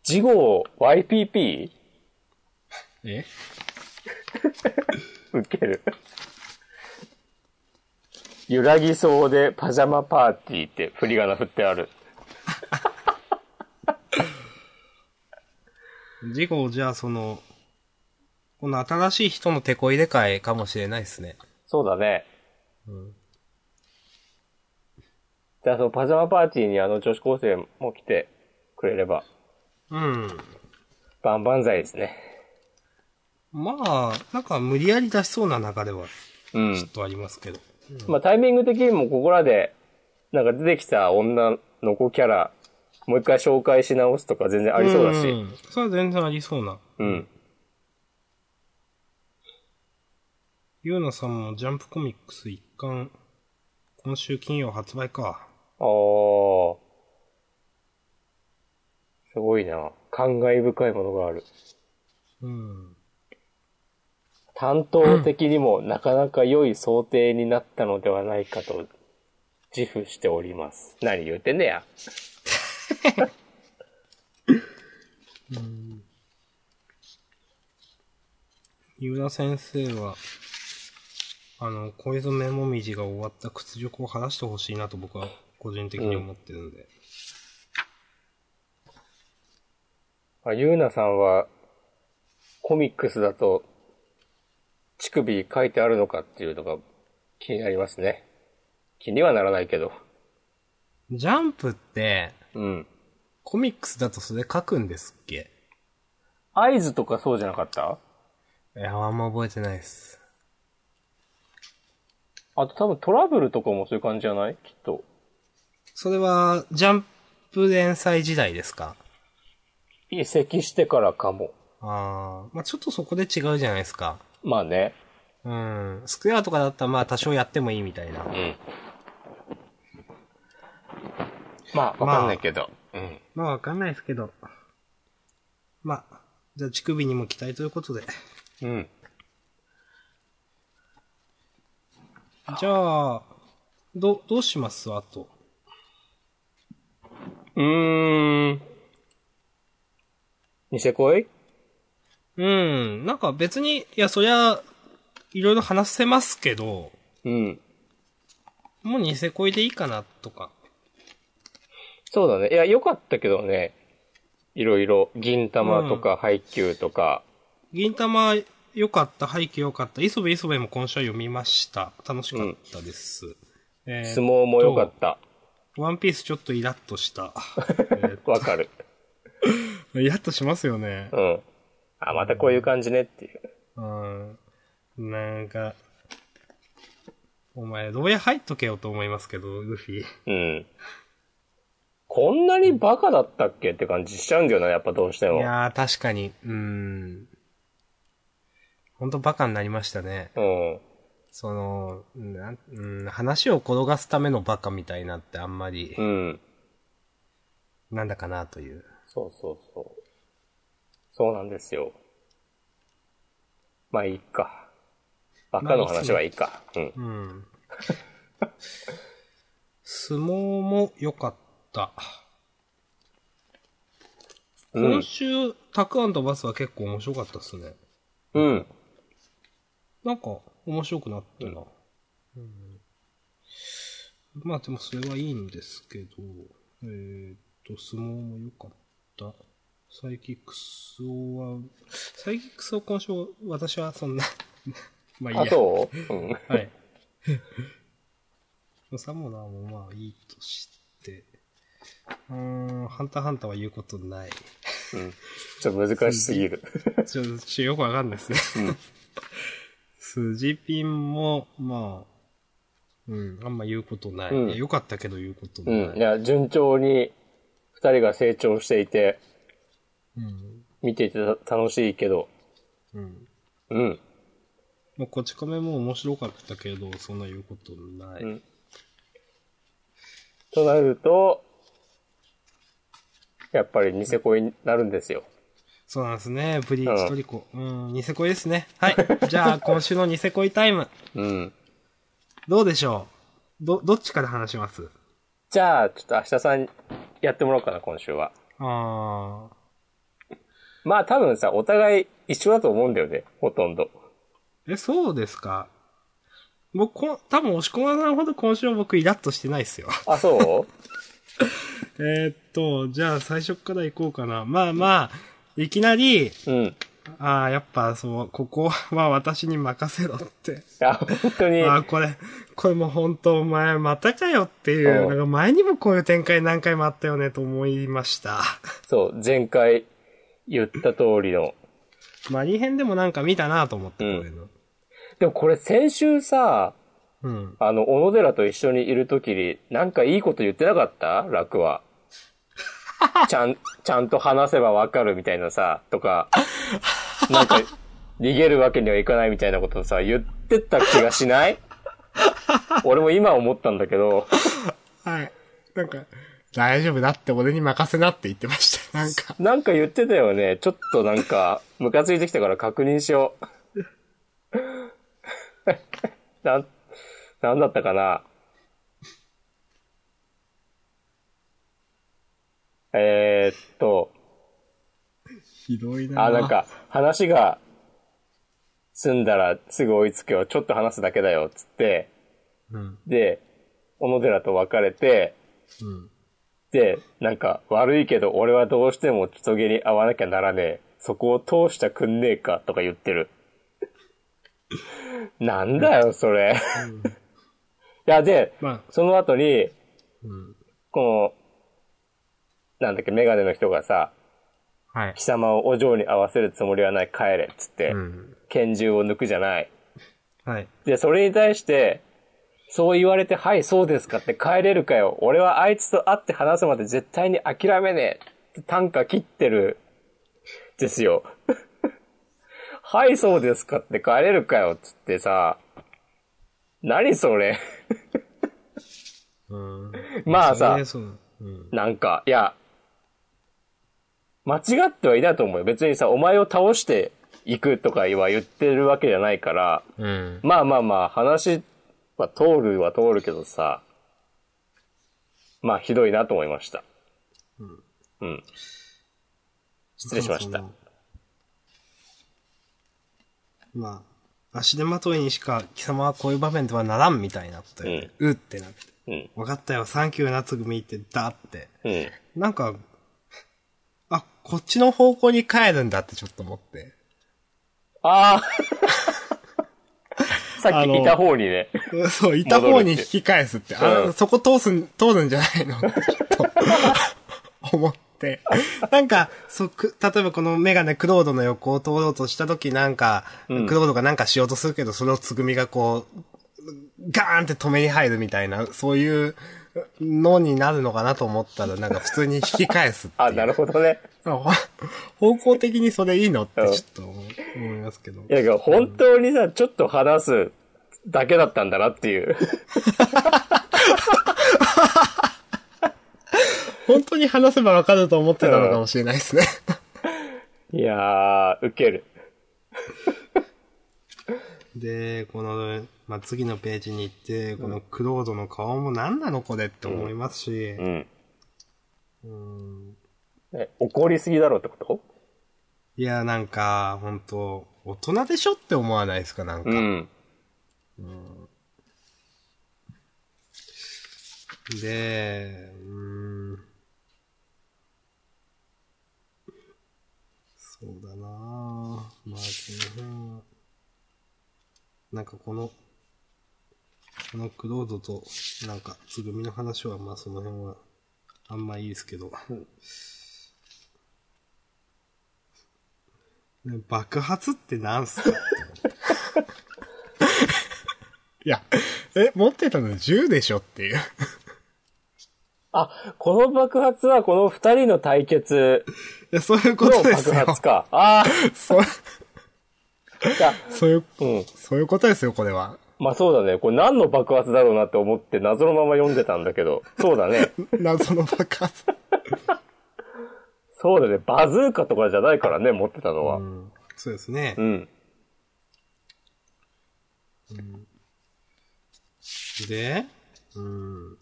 [SPEAKER 1] 次号 YPP?
[SPEAKER 2] え
[SPEAKER 1] ウケる。揺らぎそうでパジャマパーティーって振り仮名振ってある。
[SPEAKER 2] 事故じゃあその、この新しい人の手こ入れ替えかもしれないですね。
[SPEAKER 1] そうだね。じゃあそのパジャマパーティーにあの女子高生も来てくれれば、
[SPEAKER 2] うん。
[SPEAKER 1] バンバン剤ですね。
[SPEAKER 2] まあ、なんか無理やり出しそうな流れは
[SPEAKER 1] うん。
[SPEAKER 2] とありますけど。
[SPEAKER 1] まあタイミング的にもここらで、なんか出てきた女の子キャラ、もう一回紹介し直すとか全然ありそうだし。
[SPEAKER 2] んそれは全然ありそうな。
[SPEAKER 1] うん。
[SPEAKER 2] ゆうなさんもジャンプコミックス一巻、今週金曜発売か。
[SPEAKER 1] あー。すごいな。感慨深いものがある。
[SPEAKER 2] うん。
[SPEAKER 1] 担当的にもなかなか良い想定になったのではないかと自負しております。何言ってんねや。
[SPEAKER 2] ゆうな先生は、あの、恋染めもみじが終わった屈辱を晴らしてほしいなと僕は個人的に思ってるんで。
[SPEAKER 1] あゆうなさんは、コミックスだと、乳首書いてあるのかっていうのが気になりますね。気にはならないけど。
[SPEAKER 2] ジャンプって、
[SPEAKER 1] うん。
[SPEAKER 2] コミックスだとそれ書くんですっけ
[SPEAKER 1] 合図とかそうじゃなかった
[SPEAKER 2] いや、あんま覚えてないです。
[SPEAKER 1] あと多分トラブルとかもそういう感じじゃないきっと。
[SPEAKER 2] それは、ジャンプ連載時代ですか
[SPEAKER 1] 移籍してからかも。
[SPEAKER 2] ああ、まあちょっとそこで違うじゃないですか。
[SPEAKER 1] まあね。
[SPEAKER 2] うん。スクエアとかだったらまあ多少やってもいいみたいな。
[SPEAKER 1] うん。まあ、わかんないけど。うん。
[SPEAKER 2] まあわかんないですけど。まあ、じゃあ乳首にも期待ということで。
[SPEAKER 1] うん。
[SPEAKER 2] じゃあ、ど、どうしますあと。
[SPEAKER 1] うーん。ニセ恋
[SPEAKER 2] うん、なんか別に、いやそりゃ、いろいろ話せますけど、
[SPEAKER 1] うん。
[SPEAKER 2] もうニセ恋でいいかなとか。
[SPEAKER 1] そうだね。いや、良かったけどね。いろいろ。銀玉とか、配給とか。
[SPEAKER 2] 銀魂良かった、背景良かった。磯部磯部も今週は読みました。楽しかったです。えー
[SPEAKER 1] 相撲も良かった。
[SPEAKER 2] ワンピースちょっとイラッ とした。
[SPEAKER 1] わかる。
[SPEAKER 2] えーイラッとしますよね
[SPEAKER 1] う。ん。あ、またこういう感じねっていう。
[SPEAKER 2] うん。なんか、お前、牢屋入っとけよと思いますけど、ルフィ。
[SPEAKER 1] うん。こんなにバカだったっけって感じしちゃうんだよな、やっぱどうして
[SPEAKER 2] い
[SPEAKER 1] も。
[SPEAKER 2] やー、確かに。うん。ほんとバカになりましたね。
[SPEAKER 1] うん。
[SPEAKER 2] その、なんうん、話を転がすためのバカみたいなってあんまり
[SPEAKER 1] う、ん。
[SPEAKER 2] なんだかなという。
[SPEAKER 1] そうそうそう。そうなんですよ。まあいいか。バカの話はいいか。うん。
[SPEAKER 2] うん。相撲も良かった。
[SPEAKER 1] うん
[SPEAKER 2] 今週、タクアンドバスは結構面白かったっすね。
[SPEAKER 1] うん。
[SPEAKER 2] なんか、面白くなってな。まあでもそれはいいんですけど、えーっと、相撲も良かった。サイキックスをは、サイキックスを今週、私はそんな、 まあいいや。
[SPEAKER 1] あ、そううん。
[SPEAKER 2] はい。 サモナーもまあいいとして、うーん、ハンターハンターは言うことない。
[SPEAKER 1] うんちょっと難しすぎる。
[SPEAKER 2] ちょっとちょよくわかんないですね。
[SPEAKER 1] うん
[SPEAKER 2] スジピンも、まあ、うん、あんま言うことない。
[SPEAKER 1] うん
[SPEAKER 2] いやよかったけど言うことない。
[SPEAKER 1] うん。いや、順調に二人が成長していて、
[SPEAKER 2] うん。
[SPEAKER 1] 見ていて楽しいけど、
[SPEAKER 2] うん。
[SPEAKER 1] うん。
[SPEAKER 2] まあ、こち亀も面白かったけど、そんな言うことない。
[SPEAKER 1] うんとなると、やっぱりニセ恋になるんですよ。
[SPEAKER 2] そうなんですね。ブリー
[SPEAKER 1] う
[SPEAKER 2] チ
[SPEAKER 1] ん
[SPEAKER 2] トリコ。うん、ニセ恋ですね。はい。じゃあ、今週のニセ恋タイム。
[SPEAKER 1] うん。
[SPEAKER 2] どうでしょうど、どっちから話します
[SPEAKER 1] じゃあ、ちょっと明日さんやってもらおうかな、今週は。
[SPEAKER 2] ああ。
[SPEAKER 1] まあ多分さ、お互い一緒だと思うんだよね、ほとんど。
[SPEAKER 2] え、そうですか僕、こん多分、押し込まさんほど今週は僕イラッとしてないですよ。
[SPEAKER 1] あ、そう
[SPEAKER 2] えーっと、じゃあ最初から行こうかな。まあまあ、いきなり、
[SPEAKER 1] うん。
[SPEAKER 2] ああ、やっぱそう、ここは私に任せろって。
[SPEAKER 1] あ、本当に。
[SPEAKER 2] ああ、これ、これもう本当お前またかよっていうう、
[SPEAKER 1] ん
[SPEAKER 2] なんか前にもこういう展開何回もあったよねと思いました。
[SPEAKER 1] そう、前回言った通りの。
[SPEAKER 2] マリ編でもなんか見たなと思って、
[SPEAKER 1] うん
[SPEAKER 2] こういうの。
[SPEAKER 1] でもこれ先週さ、
[SPEAKER 2] うん。
[SPEAKER 1] あの、小野寺と一緒にいるときに、なんかいいこと言ってなかった楽は。ちゃん、ちゃんと話せばわかるみたいなさ、とか、なんか、逃げるわけにはいかないみたいなことさ、言ってった気がしない俺も今思ったんだけど、
[SPEAKER 2] はい。なんか、大丈夫だって俺に任せなって言ってま した。なんか。
[SPEAKER 1] なんか言ってたよね。ちょっとなんか、ムカついてきたから確認しよう。 なん、なんだったかな。えーっと、
[SPEAKER 2] ひどいな
[SPEAKER 1] あ、なん。か、話が済んだらすぐ追いつくよ。ちょっと話すだけだよ。つって、
[SPEAKER 2] うん。
[SPEAKER 1] で、小野寺と別れて、
[SPEAKER 2] うん。
[SPEAKER 1] で、なんか、悪いけど俺はどうしてもちとげに会わなきゃならねえ。そこを通してくんねえか、とか言ってる。なんだよ、それ。 いや、で、
[SPEAKER 2] まあ、
[SPEAKER 1] その後に、
[SPEAKER 2] うん。
[SPEAKER 1] この、なんだっけ、メガネの人がさ、
[SPEAKER 2] はい。
[SPEAKER 1] 貴様をお嬢に会わせるつもりはない、帰れ、つって
[SPEAKER 2] う、ん。
[SPEAKER 1] 拳銃を抜くじゃない。
[SPEAKER 2] はい。
[SPEAKER 1] で、それに対して、そう言われて、はい、そうですかって帰れるかよ。俺はあいつと会って話すまで絶対に諦めねえ。って短歌切ってる。ですよ。 はい、そうですかって帰れるかよ。つってさ、何それ。
[SPEAKER 2] うん。
[SPEAKER 1] まあさ
[SPEAKER 2] それ、でそううん。
[SPEAKER 1] なんか、いや、間違ってはいないと思うよ。別にさ、お前を倒していくとかは言ってるわけじゃないから、
[SPEAKER 2] うん。
[SPEAKER 1] まあまあまあ、話は通るは通るけどさ、まあひどいなと思いました。うん。失礼しました
[SPEAKER 2] そうそう。まあ、足手まといにしか貴様はこういう場面ではならんみたいなことよねうってなって。
[SPEAKER 1] うん。
[SPEAKER 2] わかったよ、サンキュー夏組って、だって。
[SPEAKER 1] うん。
[SPEAKER 2] なんか、あ、こっちの方向に帰るんだってちょっと思って。
[SPEAKER 1] ああ さっきいた方にね。
[SPEAKER 2] そう、いた方に引き返すって、
[SPEAKER 1] う
[SPEAKER 2] あ
[SPEAKER 1] ん
[SPEAKER 2] そこ通すん、通るんじゃないの ってちょっと思って。なんか、そく、例えばこのメガネクロードの横を通ろうとした時なんか、
[SPEAKER 1] うん
[SPEAKER 2] クロードがなんかしようとするけど、それをつぐみがこう、ガーンって止めに入るみたいな、そういうのになるのかなと思ったら、なんか普通に引き返すっていう。
[SPEAKER 1] あ、なるほどね。
[SPEAKER 2] ほ方向的にそれいいのってちょっと思思いますけど。
[SPEAKER 1] いや、本当にさ、ちょっと話すだけだったんだなっていう。
[SPEAKER 2] 本当に話せばわかると思ってたのかもしれないですね。
[SPEAKER 1] いやー、ウケる。
[SPEAKER 2] で、この、まあ、次のページに行って、このクロードの顔も何なのこれって思いますし、
[SPEAKER 1] うん。
[SPEAKER 2] うん
[SPEAKER 1] え怒りすぎだろってこと
[SPEAKER 2] いや、なんか、本当大人でしょって思わないですか、なんか。
[SPEAKER 1] うん。
[SPEAKER 2] で、うーん。そうだなぁまあ、この辺は。なんかこの、このクロードと、なんか、つぐみの話は、まあその辺は、あんまいいですけど。ね 爆発ってなんすか いや、え、持ってたの銃でしょっていう。
[SPEAKER 1] あ、この爆発はこの二人の対決
[SPEAKER 2] いや、そういうこ
[SPEAKER 1] の
[SPEAKER 2] とです
[SPEAKER 1] 爆
[SPEAKER 2] よ。
[SPEAKER 1] 発か。あ
[SPEAKER 2] そう、
[SPEAKER 1] あ、いや
[SPEAKER 2] そういう、
[SPEAKER 1] うん。
[SPEAKER 2] そういうことですよ、これは。
[SPEAKER 1] まあそうだね。これ何の爆発だろうなって思って謎のまま読んでたんだけど。そうだね。
[SPEAKER 2] 謎の爆発。
[SPEAKER 1] そうだね。バズーカとかじゃないからね、持ってたのは。
[SPEAKER 2] うんそうですね
[SPEAKER 1] う。ん。
[SPEAKER 2] で、うん。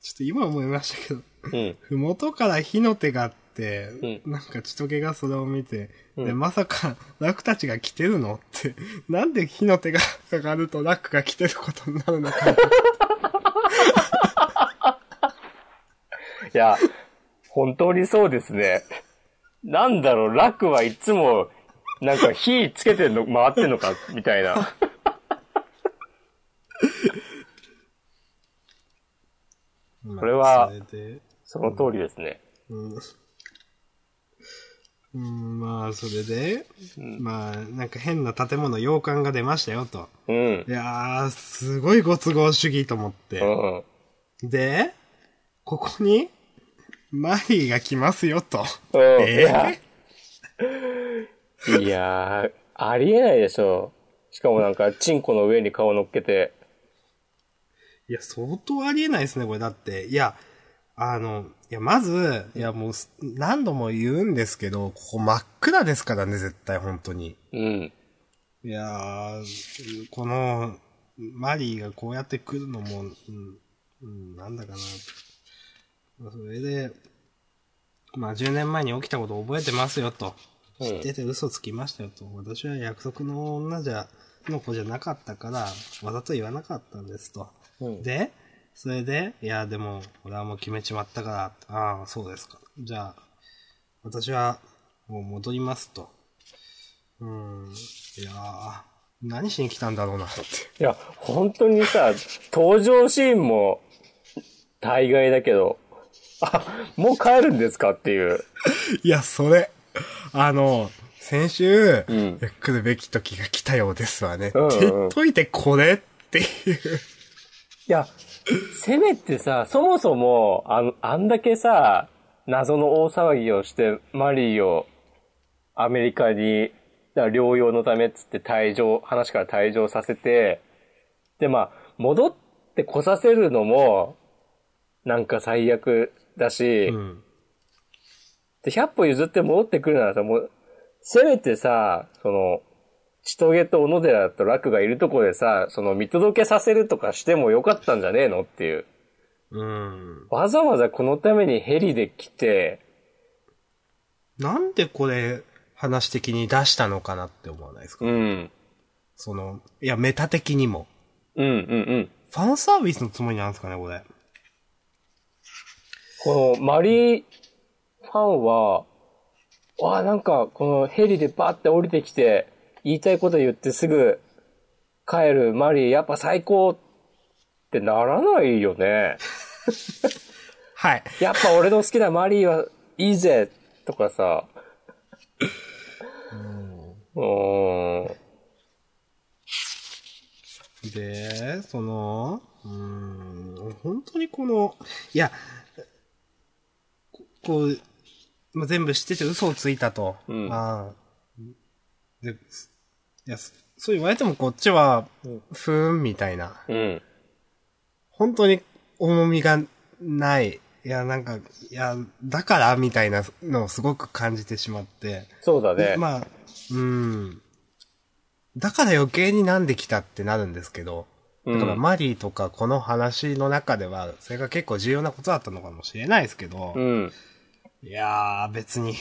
[SPEAKER 2] ちょっと今思いましたけど、
[SPEAKER 1] うん。
[SPEAKER 2] ふもとから火の手があって、
[SPEAKER 1] う
[SPEAKER 2] なんか千時がそれを見て、
[SPEAKER 1] うん
[SPEAKER 2] で、まさか、ラクたちが来てるのって、なんで火の手がかかるとラクが来てることになるのか。
[SPEAKER 1] いや、本当にそうですね。なんだろう、ラクはいつも、なんか火つけてんの、回ってんのか、みたい な。
[SPEAKER 2] こ
[SPEAKER 1] れは
[SPEAKER 2] それで、
[SPEAKER 1] その通りですね。
[SPEAKER 2] うん。うん、まあ、それで、まあ、なんか変な建物、洋館が出ましたよと。
[SPEAKER 1] うん
[SPEAKER 2] い。やー、すごいご都合主義と思って。
[SPEAKER 1] うん。
[SPEAKER 2] で、ここに、マリーが来ますよと。
[SPEAKER 1] うん。いや
[SPEAKER 2] え
[SPEAKER 1] いやー、ありえないでしょ。しかもなんか、チンコの上に顔乗っけて。
[SPEAKER 2] ーいや、相当ありえないですね、これ。だって、いや、あの、いや、まず、いや、もう、す何度も言うんですけど、ここ真っ暗ですからね、絶対、本当に。
[SPEAKER 1] うん。
[SPEAKER 2] いやー、この、マリーがこうやって来るのも、うん、うん、なんだかな。まあそれで、まあ10年前に起きたこと覚えてますよと。
[SPEAKER 1] うん
[SPEAKER 2] 知ってて嘘つきましたよと。私は約束の女じゃ、の子じゃなかったから、わざと言わなかったんですと。
[SPEAKER 1] うん
[SPEAKER 2] で、それで、いや、でも、俺はもう決めちまったから、ああ、そうですか。じゃあ、私は、もう戻りますと。うーん、いやー、何しに来たんだろうなって。
[SPEAKER 1] いや、本当にさ、登場シーンも、大概だけど、あ、もう帰るんですかっていう。
[SPEAKER 2] いや、それ、あの、先週、
[SPEAKER 1] ん
[SPEAKER 2] 来るべき時が来たようですわね。
[SPEAKER 1] うんうん
[SPEAKER 2] って言っといてこれっていう。
[SPEAKER 1] いや、せめてさ、そもそも、あの、あんだけさ、謎の大騒ぎをして、マリーを、アメリカに、だから療養のためっつって退場、話から退場させて、で、まあ、戻ってこさせるのも、なんか最悪だし、
[SPEAKER 2] うん。
[SPEAKER 1] で、100歩譲って戻ってくるならさ、もう、せめてさ、その、千棘と小野寺と楽がいるとこでさ、その見届けさせるとかしてもよかったんじゃねえのっていう。
[SPEAKER 2] うん。
[SPEAKER 1] わざわざこのためにヘリで来て、
[SPEAKER 2] なんでこれ、話的に出したのかなって思わないですか、
[SPEAKER 1] うん。
[SPEAKER 2] その、いや、メタ的にも。
[SPEAKER 1] うんうんうん。
[SPEAKER 2] ファンサービスのつもりなんですかね、これ。
[SPEAKER 1] このマリーファンは、わあ、なんか、このヘリでバーって降りてきて、言いたいこと言ってすぐ帰るマリー、やっぱ最高ってならないよね。
[SPEAKER 2] はい。
[SPEAKER 1] やっぱ俺の好きなマリーはいいぜとかさ。うーん。
[SPEAKER 2] で、その、うーん、本当にこの、いや、ここう、まあ、全部知ってて嘘をついたと。
[SPEAKER 1] うん
[SPEAKER 2] ああで、すいや、そそう言われてもこっちは、ふーん、みたいな。
[SPEAKER 1] うん。
[SPEAKER 2] 本当に重みがない。いや、なんか、いや、だから、みたいなのをすごく感じてしまって。
[SPEAKER 1] そうだね。
[SPEAKER 2] まあ、うん。だから余計になんで来たってなるんですけど、だから
[SPEAKER 1] うん
[SPEAKER 2] マリーとかこの話の中では、それが結構重要なことだったのかもしれないですけど、
[SPEAKER 1] うん。
[SPEAKER 2] いやー、別に。
[SPEAKER 1] い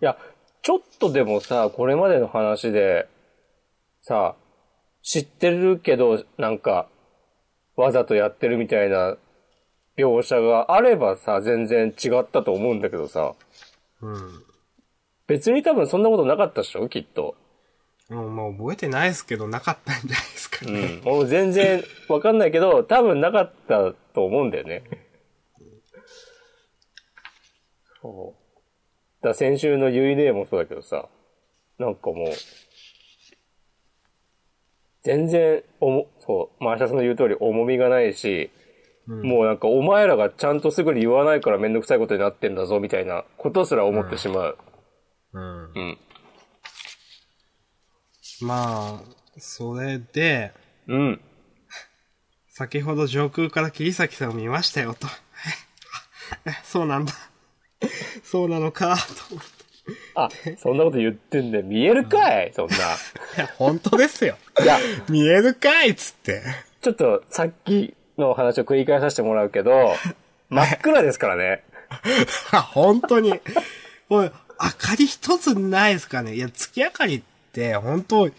[SPEAKER 1] や、ちょっとでもさ、これまでの話で、さ、知ってるけど、なんか、わざとやってるみたいな描写があればさ、全然違ったと思うんだけどさ、
[SPEAKER 2] うん。
[SPEAKER 1] 別に多分そんなことなかったっしょきっと。
[SPEAKER 2] もう、もう覚えてないですけど、なかったんじゃないですか
[SPEAKER 1] う
[SPEAKER 2] ね。
[SPEAKER 1] ん。もう全然わかんないけど、多分なかったと思うんだよね。そう。だから先週のゆいねーもそうだけどさ、なんかもう、全然、おも、そう、まあ、明日さんの言う通り重みがないし、
[SPEAKER 2] うん
[SPEAKER 1] もうなんかお前らがちゃんとすぐに言わないからめんどくさいことになってんだぞ、みたいなことすら思ってしまう。
[SPEAKER 2] うん。
[SPEAKER 1] うん。
[SPEAKER 2] まあ、それで、
[SPEAKER 1] うん。
[SPEAKER 2] 先ほど上空から桐崎さんを見ましたよと。 えそうなんだ。そうなのか、と思っ
[SPEAKER 1] あ、そんなこと言ってんで、見えるかいそんな。
[SPEAKER 2] て。いや、本当ですよ。
[SPEAKER 1] いや、
[SPEAKER 2] 見えるかいっつって。
[SPEAKER 1] ちょっとさっきの話を繰り返させてもらうけ ど、真っ暗ですからね。
[SPEAKER 2] あ本当に。もう、明かり一つないですかね。いや、月明かりって、本当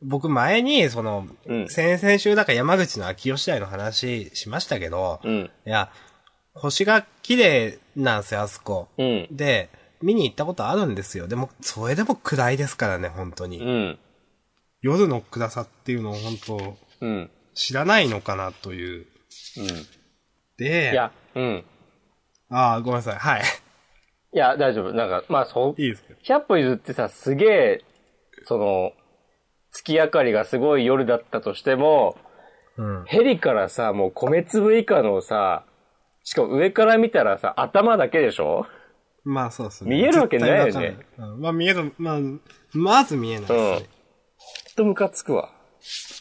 [SPEAKER 2] 僕前に、その、
[SPEAKER 1] うん
[SPEAKER 2] 先々週だから山口の秋吉台の話しましたけど、
[SPEAKER 1] うん。
[SPEAKER 2] いや、星が綺麗なんですよ、あそこ。
[SPEAKER 1] うん。
[SPEAKER 2] で、見に行ったことあるんですよ。でも、それでも暗いですからね、本当に。
[SPEAKER 1] うん。
[SPEAKER 2] 夜の暗さっていうのを本当、
[SPEAKER 1] うん。うん。
[SPEAKER 2] 知らないのかなという。で、
[SPEAKER 1] いや、うん。
[SPEAKER 2] ああ、ごめんなさい。はい。
[SPEAKER 1] いや、大丈夫。なんか、まあ、そう、
[SPEAKER 2] いいですか
[SPEAKER 1] 100歩譲ってさ、すげえ、その、月明かりがすごい夜だったとしても、
[SPEAKER 2] うん。
[SPEAKER 1] ヘリからさ、もう米粒以下のさ、しかも上から見たらさ、頭だけでしょ
[SPEAKER 2] まあそうですね。
[SPEAKER 1] 見えるわけないよね
[SPEAKER 2] 絶対わかんない。うんまあ見える、まあ、まず見えない
[SPEAKER 1] うん。
[SPEAKER 2] で
[SPEAKER 1] ちょっとムカつくわ。
[SPEAKER 2] す。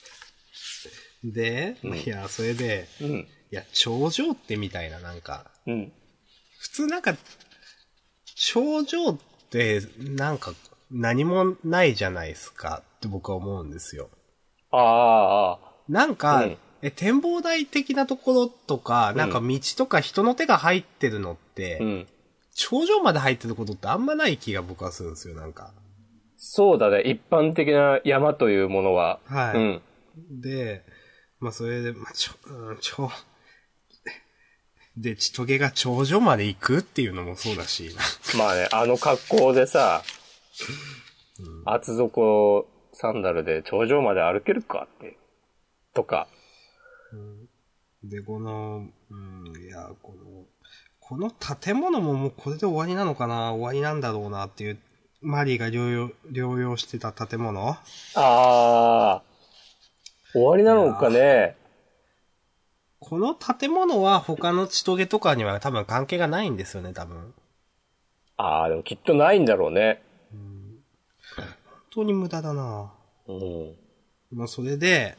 [SPEAKER 2] で、いや、それで、
[SPEAKER 1] うん。
[SPEAKER 2] いや、頂上ってみたいな、なんか、
[SPEAKER 1] うん。
[SPEAKER 2] 普通なんか、頂上って、なんか、何もないじゃないですかって僕は思うんですよ。
[SPEAKER 1] ああ、ああ。
[SPEAKER 2] なんか、
[SPEAKER 1] うん
[SPEAKER 2] え、展望台的なところとか、なんか道とか人の手が入ってるのって、
[SPEAKER 1] うん。
[SPEAKER 2] 頂上まで入ってることってあんまない気が僕はするんですよ、なんか。
[SPEAKER 1] そうだね。一般的な山というものは。
[SPEAKER 2] はい
[SPEAKER 1] うん。
[SPEAKER 2] で、まあそれで、まあ、ちょ、うん、ちょ、で、ちとげが頂上まで行くっていうのもそうだし、
[SPEAKER 1] まあね、あの格好でさ、厚底サンダルで頂上まで歩けるかって。とか。
[SPEAKER 2] で、この、うん、いや、この、この建物ももうこれで終わりなのかな、終わりなんだろうなっていう、マリーが療養、療養してた建物
[SPEAKER 1] ああ。終わりなのかね。
[SPEAKER 2] この建物は他のちとげとかには多分関係がないんですよね、多分。
[SPEAKER 1] ああ、でもきっとないんだろうね。
[SPEAKER 2] 本当に無駄だな
[SPEAKER 1] うん。
[SPEAKER 2] まあそれで、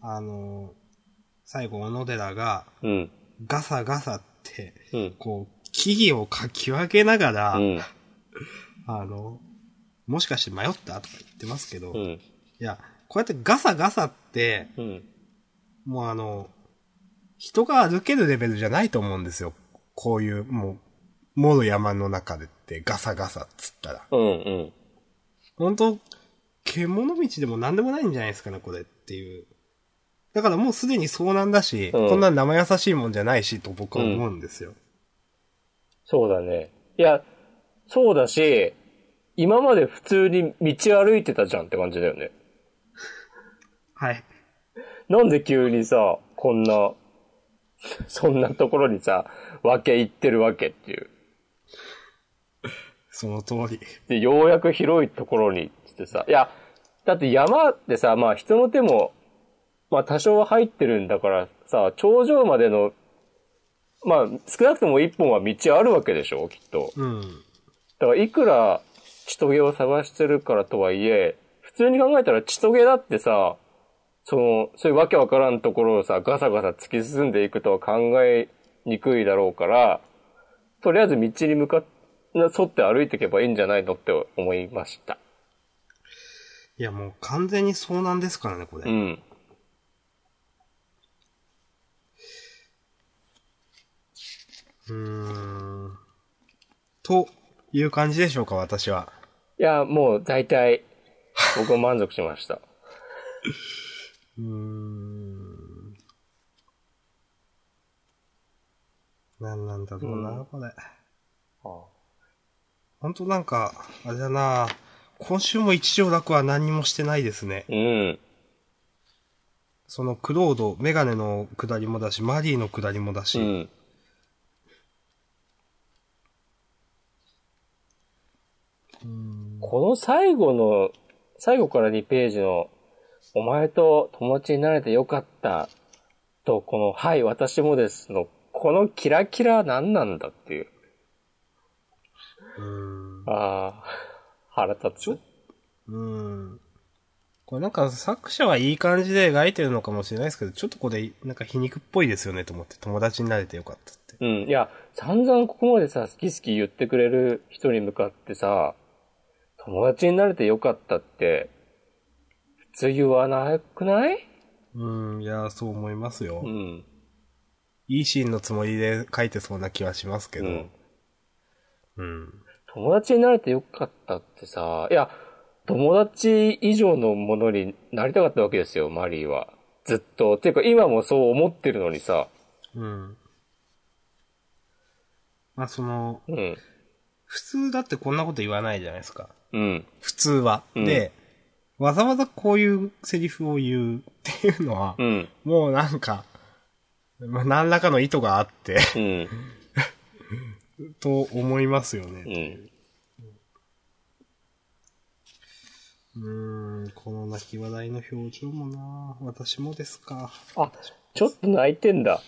[SPEAKER 2] あの、最後、小野寺が、
[SPEAKER 1] うん。
[SPEAKER 2] ガサガサって、
[SPEAKER 1] うん。
[SPEAKER 2] こう、木々をかき分けながら、
[SPEAKER 1] うん。
[SPEAKER 2] あの、もしかして迷ったとか言ってますけど、
[SPEAKER 1] う
[SPEAKER 2] い
[SPEAKER 1] ん。
[SPEAKER 2] や、こうやってガサガサって、
[SPEAKER 1] うん。
[SPEAKER 2] もうあの、人が歩けるレベルじゃないと思うんですよ。こういう、もう、もろ山の中でってガサガサっつったら。
[SPEAKER 1] うん。うん。
[SPEAKER 2] 本当獣道でも何でもないんじゃないですかね、これっていう。だからもうすでに遭難だし、
[SPEAKER 1] うん
[SPEAKER 2] こんな生優しいもんじゃないし、と僕は思うんですよ。
[SPEAKER 1] そうだね。いや、そうだし、今まで普通に道歩いてたじゃんって感じだよね。
[SPEAKER 2] はい。
[SPEAKER 1] なんで急にさ、こんな、そんなところにさ、分け入ってるわけっていう。
[SPEAKER 2] その通り。
[SPEAKER 1] で、ようやく広いところに、つってさ。いや、だって山ってさ、まあ人の手も、まあ多少は入ってるんだからさ、頂上までの、まあ少なくとも一本は道あるわけでしょ、きっと。
[SPEAKER 2] うん。
[SPEAKER 1] だからいくら、ちとげを探してるからとはいえ、普通に考えたらちとげだってさ、その、そういうわけわからんところをさ、ガサガサ突き進んでいくとは考えにくいだろうから、とりあえず道に向かっ、沿って歩いていけばいいんじゃないのって思いました。
[SPEAKER 2] いや、もう完全に遭難ですからね、これ。
[SPEAKER 1] うん。
[SPEAKER 2] うーん。という感じでしょうか、私は。
[SPEAKER 1] いや、もう大体、僕は満足しました。
[SPEAKER 2] うーん。なんなんだろうな、
[SPEAKER 1] うん
[SPEAKER 2] これ。
[SPEAKER 1] あ
[SPEAKER 2] ほんとなんか、あれだな今週も一条楽は何もしてないですね。
[SPEAKER 1] うん。
[SPEAKER 2] そのクロード、メガネの下りもだし、マリーの下りもだし、
[SPEAKER 1] うん。この最後の、最後から2ページの、お前と友達になれてよかった、と、この、はい、私もですの、このキラキラは何なんだっていう。
[SPEAKER 2] うーん
[SPEAKER 1] ああ、腹立つ。
[SPEAKER 2] うん。これなんか作者はいい感じで描いてるのかもしれないですけど、ちょっとこれなんか皮肉っぽいですよねと思って、友達になれてよかったって。
[SPEAKER 1] うん。いや、散々ここまでさ、好き好き言ってくれる人に向かってさ、友達になれてよかったって、普通言わなくない
[SPEAKER 2] うん、いやーそう思いますよ。
[SPEAKER 1] うん。
[SPEAKER 2] いいシーンのつもりで描いてそうな気はしますけ
[SPEAKER 1] う
[SPEAKER 2] ど。
[SPEAKER 1] ん。
[SPEAKER 2] うん。
[SPEAKER 1] 友達になれてよかったってさ、いや、友達以上のものになりたかったわけですよ、マリーは。ずっと。ていうか、今もそう思ってるのにさ。
[SPEAKER 2] うん。まあその、
[SPEAKER 1] うん。
[SPEAKER 2] 普通だってこんなこと言わないじゃないですか。
[SPEAKER 1] うん。
[SPEAKER 2] 普通は。
[SPEAKER 1] うん
[SPEAKER 2] で、わざわざこういうセリフを言うっていうのは、
[SPEAKER 1] うん。
[SPEAKER 2] もうなんか、まあ、何らかの意図があって、
[SPEAKER 1] うん。
[SPEAKER 2] と思いますよ
[SPEAKER 1] う
[SPEAKER 2] ね。
[SPEAKER 1] ん。
[SPEAKER 2] うーん、この泣き笑いの表情もな私もですか。
[SPEAKER 1] あ、ちょっと泣いてんだ。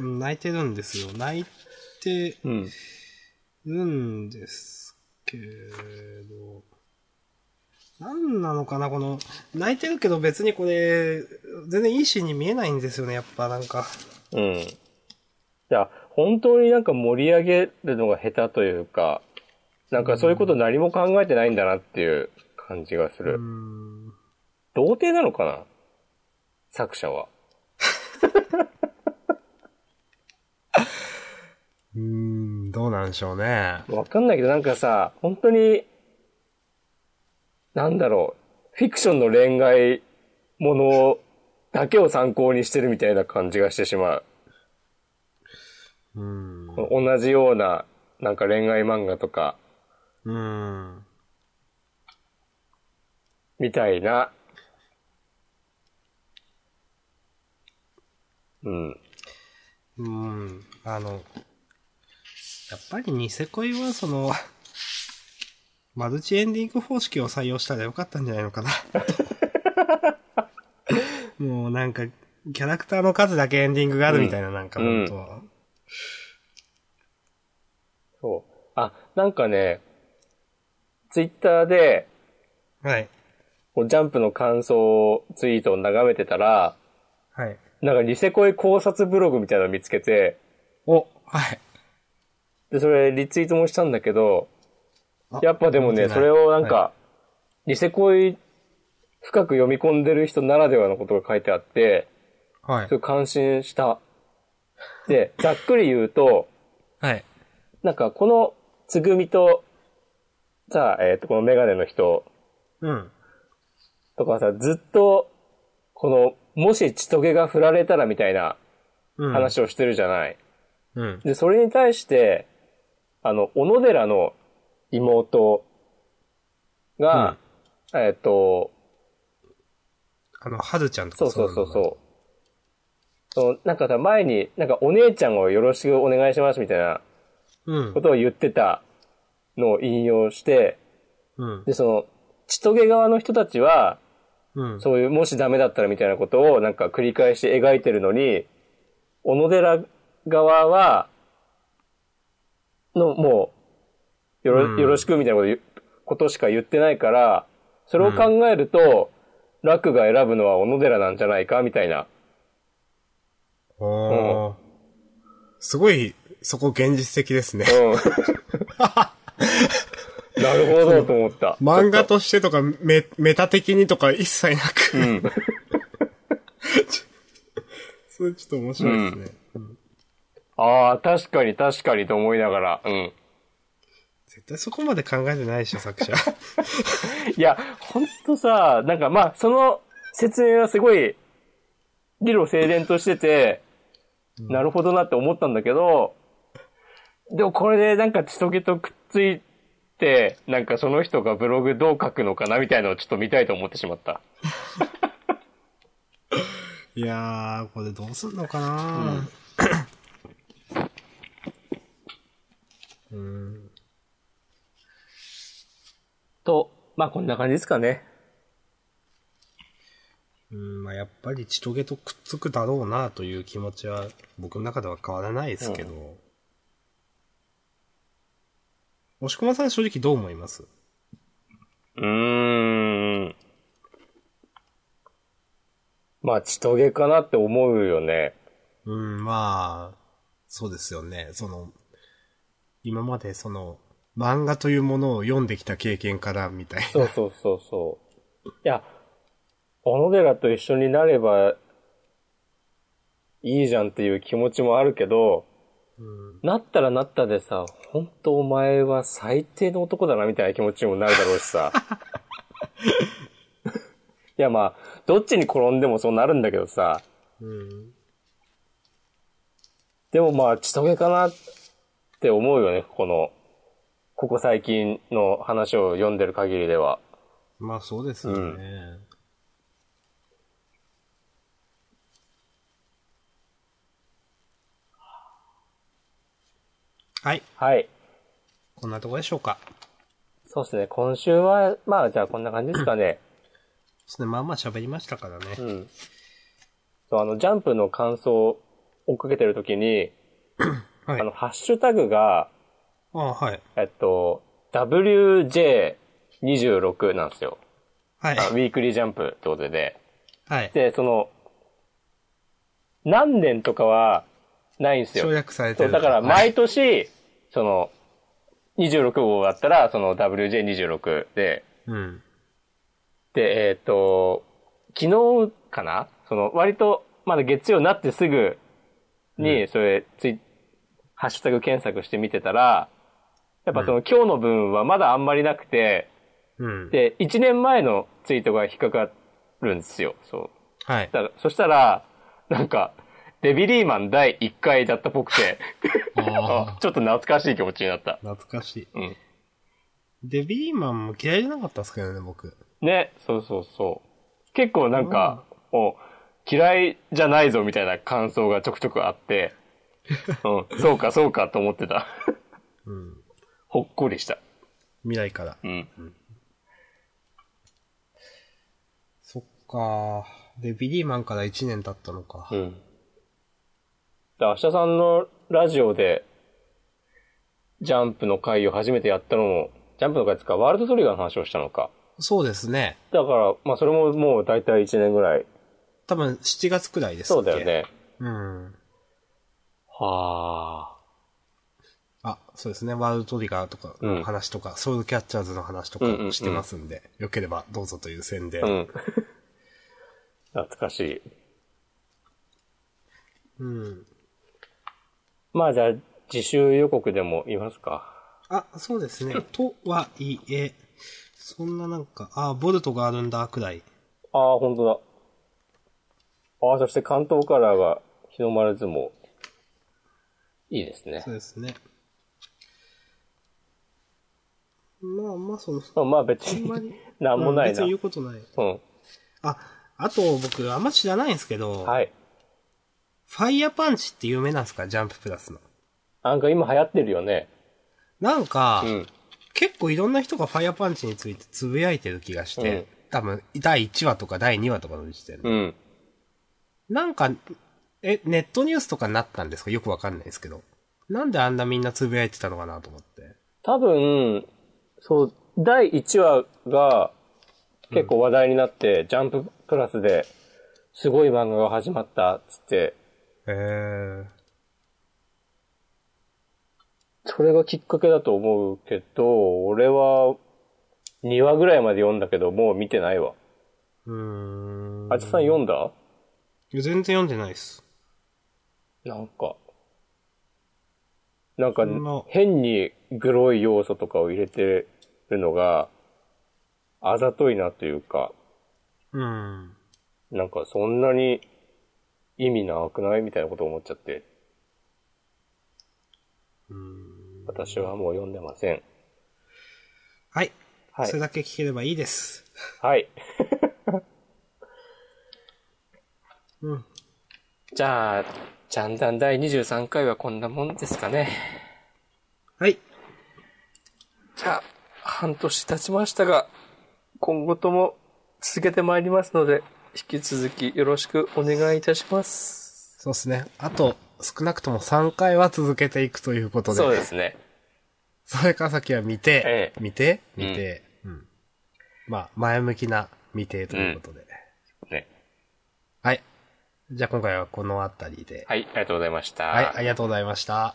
[SPEAKER 2] うん泣いてるんですよ。泣いて
[SPEAKER 1] うん。
[SPEAKER 2] るんですけど、なんなのかな、この、泣いてるけど別にこれ、全然いいシーンに見えないんですよね、やっぱなんか。
[SPEAKER 1] うん。いや、本当になんか盛り上げるのが下手というか、なんかそういうこと何も考えてないんだなっていう感じがす
[SPEAKER 2] うー
[SPEAKER 1] る。
[SPEAKER 2] ん。
[SPEAKER 1] 童貞なのかな作者は。
[SPEAKER 2] うーん、どうなんでしょうね。
[SPEAKER 1] わかんないけど、なんかさ、本当に、なんだろう、フィクションの恋愛ものだけを参考にしてるみたいな感じがしてしまう。
[SPEAKER 2] うーん。う
[SPEAKER 1] 同じような、なんか恋愛漫画とか、
[SPEAKER 2] ーん。
[SPEAKER 1] みたいな。うん。
[SPEAKER 2] うん。あの、やっぱりニセ恋はその、マルチエンディング方式を採用したらよかったんじゃない のかな。もうなんか、キャラクターの数だけエンディングがあるみたいな、なんか本当は。
[SPEAKER 1] そう。あ、なんかね、ツイッターで、
[SPEAKER 2] はい。
[SPEAKER 1] こうジャンプの感想ツイートを眺めてたら、
[SPEAKER 2] はい。
[SPEAKER 1] なんかニセ恋考察ブログみたいなの見つけて、
[SPEAKER 2] お、はい。
[SPEAKER 1] で、それリツイートもしたんだけど、やっぱでもね、それをなんか、ニセ恋深く読み込んでる人ならではのことが書いてあって、
[SPEAKER 2] はい。
[SPEAKER 1] それ感心した。で、ざっくり言うと、
[SPEAKER 2] はい。
[SPEAKER 1] なんかこのつぐみと、さあ、えっ、と、このメガネの人
[SPEAKER 2] うん。
[SPEAKER 1] とかさ、ずっと、この、もし千棘が振られたらみたいな
[SPEAKER 2] うん。。
[SPEAKER 1] 話をしてるじゃない。
[SPEAKER 2] うん。
[SPEAKER 1] で、それに対して、あの、小野寺の妹が、えっ、と、
[SPEAKER 2] あの、はずちゃんと
[SPEAKER 1] そ
[SPEAKER 2] か
[SPEAKER 1] うそうそう
[SPEAKER 2] う
[SPEAKER 1] そう。そのなんかさ、前に、なんかお姉ちゃんをよろしくお願いしますみたいな
[SPEAKER 2] なん
[SPEAKER 1] こ
[SPEAKER 2] だ。
[SPEAKER 1] とを言ってたのを引用して、
[SPEAKER 2] うん。うん。
[SPEAKER 1] で、その、千棘側の人たちは、
[SPEAKER 2] うん。
[SPEAKER 1] そういう、もしダメだったらみたいなことをなんか繰り返して描いてるのに、小野寺側は、の、もう、よろ、
[SPEAKER 2] うん
[SPEAKER 1] よろしくみたいなこと言うことしか言ってないから、それを考えると、楽が選ぶのは小野寺なんじゃないかみたいな。
[SPEAKER 2] おー。すごい、そこ現実的ですね。
[SPEAKER 1] うん。なるほどと思った。
[SPEAKER 2] 漫画としてとか、メメタ的にとか一切なく、
[SPEAKER 1] うん。
[SPEAKER 2] それちょっと面白いですね。
[SPEAKER 1] ああ、確かに確かにと思いながら。うん。
[SPEAKER 2] 絶対そこまで考えてないでしょ、作者。
[SPEAKER 1] いや、ほんとさ、なんかまあ、その、説明はすごい、理路整然としてて、
[SPEAKER 2] うん
[SPEAKER 1] なるほどなって思ったんだけど、でもこれでなんかちとけとくっついて、なんかその人がブログどう書くのかなみたいのをちょっと見たいと思ってしまった。
[SPEAKER 2] いやー、これどうすんのかなうん。
[SPEAKER 1] と、まあこんな感じですかね。
[SPEAKER 2] うん、まあやっぱりちとげとくっつくだろうなという気持ちは僕の中では変わらないですけど。押し込まさん正直どう思います
[SPEAKER 1] うーん。まあ、ちとげかなって思うよね。
[SPEAKER 2] うん、まあ、そうですよね。その、今までその、漫画というものを読んできた経験からみたい
[SPEAKER 1] そうそうそうそう。いや、小野寺と一緒になればいいじゃんっていう気持ちもあるけど、なったらなったでさ、ほんとお前は最低の男だなみたいな気持ちにもなるだろうし さ。いやまあ、どっちに転んでもそうなるんだけどさ。
[SPEAKER 2] な。うん。
[SPEAKER 1] でもまあ、ちとげかなって思うよね、この、ここ最近の話を読んでる限りでは。
[SPEAKER 2] まあそうですよね。
[SPEAKER 1] うん
[SPEAKER 2] はい。
[SPEAKER 1] はい。
[SPEAKER 2] こんなとこでしょうか。
[SPEAKER 1] そうですね、今週は、まあじゃあこんな感じですかね。
[SPEAKER 2] そうですね。まあまあ喋りましたからね。
[SPEAKER 1] うん。そう、あの、ジャンプの感想を追っかけてるときに、
[SPEAKER 2] はい
[SPEAKER 1] あの、。ハッシュタグが、
[SPEAKER 2] ああ、はい。
[SPEAKER 1] えっと、WJ26 なんですよ。
[SPEAKER 2] はい
[SPEAKER 1] あ。ウィークリージャンプってことで。
[SPEAKER 2] はい。
[SPEAKER 1] で、その、何年とかはないんですよ。
[SPEAKER 2] 省略されて
[SPEAKER 1] そう、
[SPEAKER 2] る。
[SPEAKER 1] だから
[SPEAKER 2] はい
[SPEAKER 1] 毎年、その、26号だったら、その WJ26 で、
[SPEAKER 2] うん。
[SPEAKER 1] で、えっ、と、昨日かなその、割と、まだ月曜になってすぐに、それ、ツイハッシュタグ検索してみてたら、やっぱその今日の分はまだあんまりなくて、
[SPEAKER 2] うん。
[SPEAKER 1] で、1年前のツイートが引っかかるんですよ。そう。
[SPEAKER 2] はい。
[SPEAKER 1] だからそしたら、なんか、デビリーマン第1回だったっぽくて、あ
[SPEAKER 2] ああ。
[SPEAKER 1] ちょっと懐かしい気持ちになった。
[SPEAKER 2] 懐かしい。
[SPEAKER 1] うん。
[SPEAKER 2] デビーマンも嫌いじゃなかったですけどね、僕。
[SPEAKER 1] ね、そうそうそう。結構なんか、もう、嫌いじゃないぞみたいな感想がちょくちょくあって、うん、 そうかそうかと思ってた。
[SPEAKER 2] うん。
[SPEAKER 1] ほっこりした。
[SPEAKER 2] 未来から。
[SPEAKER 1] うん。
[SPEAKER 2] そっかで、ビリーマンから1年経ったのか。
[SPEAKER 1] うん。明日さんのラジオで、ジャンプの回を初めてやったのも、ジャンプの回ですか、ワールドトリガーの話をしたのか。
[SPEAKER 2] そうですね。
[SPEAKER 1] だから、まあそれももう大体1年ぐらい。
[SPEAKER 2] 多分7月くらいですっけ
[SPEAKER 1] そうだよ。ね。
[SPEAKER 2] うん。
[SPEAKER 1] はあ。
[SPEAKER 2] あ、そうですね。ワールドトリガーとかの話とか、ソウルキャッチャーズの話とか
[SPEAKER 1] うんうんうん
[SPEAKER 2] してますんで、よければどうぞという宣伝。
[SPEAKER 1] うん。 懐かしい。
[SPEAKER 2] うん
[SPEAKER 1] まあじゃあ、自習予告でも言いますか。
[SPEAKER 2] あ、そうですね。とはいえ、そんななんか、あ、ボルトがあるんだくらい。
[SPEAKER 1] ああ、本当だ。ああ、そして関東カラーが日の丸相撲。いいですね
[SPEAKER 2] そ。うですね。まあまあ、その、
[SPEAKER 1] まあまあ別
[SPEAKER 2] あんま
[SPEAKER 1] に、
[SPEAKER 2] り、
[SPEAKER 1] なんもな
[SPEAKER 2] う
[SPEAKER 1] いな。
[SPEAKER 2] ん別に言
[SPEAKER 1] う
[SPEAKER 2] うことない。
[SPEAKER 1] ん。
[SPEAKER 2] あ、あと僕、あんま知らないんですけど、
[SPEAKER 1] はい。
[SPEAKER 2] ファイヤーパンチって有名なんですかジャンププラスの。
[SPEAKER 1] なんか今流行ってるよね。
[SPEAKER 2] なんか、
[SPEAKER 1] うん。
[SPEAKER 2] 結構いろんな人がファイヤーパンチについてつぶやいてる気がして、
[SPEAKER 1] うん
[SPEAKER 2] 多分、第1話とか第2話とかの時点で。
[SPEAKER 1] うん。
[SPEAKER 2] なんか、え、ネットニュースとかになったんですかよくわかんないですけど。なんであんなみんなつぶやいてたのかなと思って。
[SPEAKER 1] 多分、そう、第1話が結構話題になって、ジャンププラスですごい漫画が始まったっつって、
[SPEAKER 2] えー、
[SPEAKER 1] それがきっかけだと思うけど、俺は2話ぐらいまで読んだけど、もう見てないわ。
[SPEAKER 2] うーん。
[SPEAKER 1] あちさん読んだ
[SPEAKER 2] 全然読んでないです。
[SPEAKER 1] なんか。なんか
[SPEAKER 2] そんな、
[SPEAKER 1] 変にグロい要素とかを入れてるのが、あざといなというか、
[SPEAKER 2] うん。
[SPEAKER 1] なんかそんなに意味なくないみたいなことを思っちゃって、
[SPEAKER 2] うん。
[SPEAKER 1] 私はもう読んでません。
[SPEAKER 2] はい。
[SPEAKER 1] はい
[SPEAKER 2] それ。だけ聞ければいいです。
[SPEAKER 1] はい。
[SPEAKER 2] うん。
[SPEAKER 1] じゃあ、ジャンダン第23回はこんなもんですかね。
[SPEAKER 2] はい。
[SPEAKER 1] じゃあ、半年経ちましたが、今後とも続けてまいりますので、引き続きよろしくお願いいたします。
[SPEAKER 2] そうですね。あと、少なくとも3回は続けていくということで。
[SPEAKER 1] そうですね。
[SPEAKER 2] それから先は未定。
[SPEAKER 1] ええ
[SPEAKER 2] 未定未定、うん。まあ、前向きな未定ということで。
[SPEAKER 1] ね。
[SPEAKER 2] はい。じゃあ今回はこのあたりで。
[SPEAKER 1] はい、ありがとうございました。
[SPEAKER 2] はい、ありがとうございました。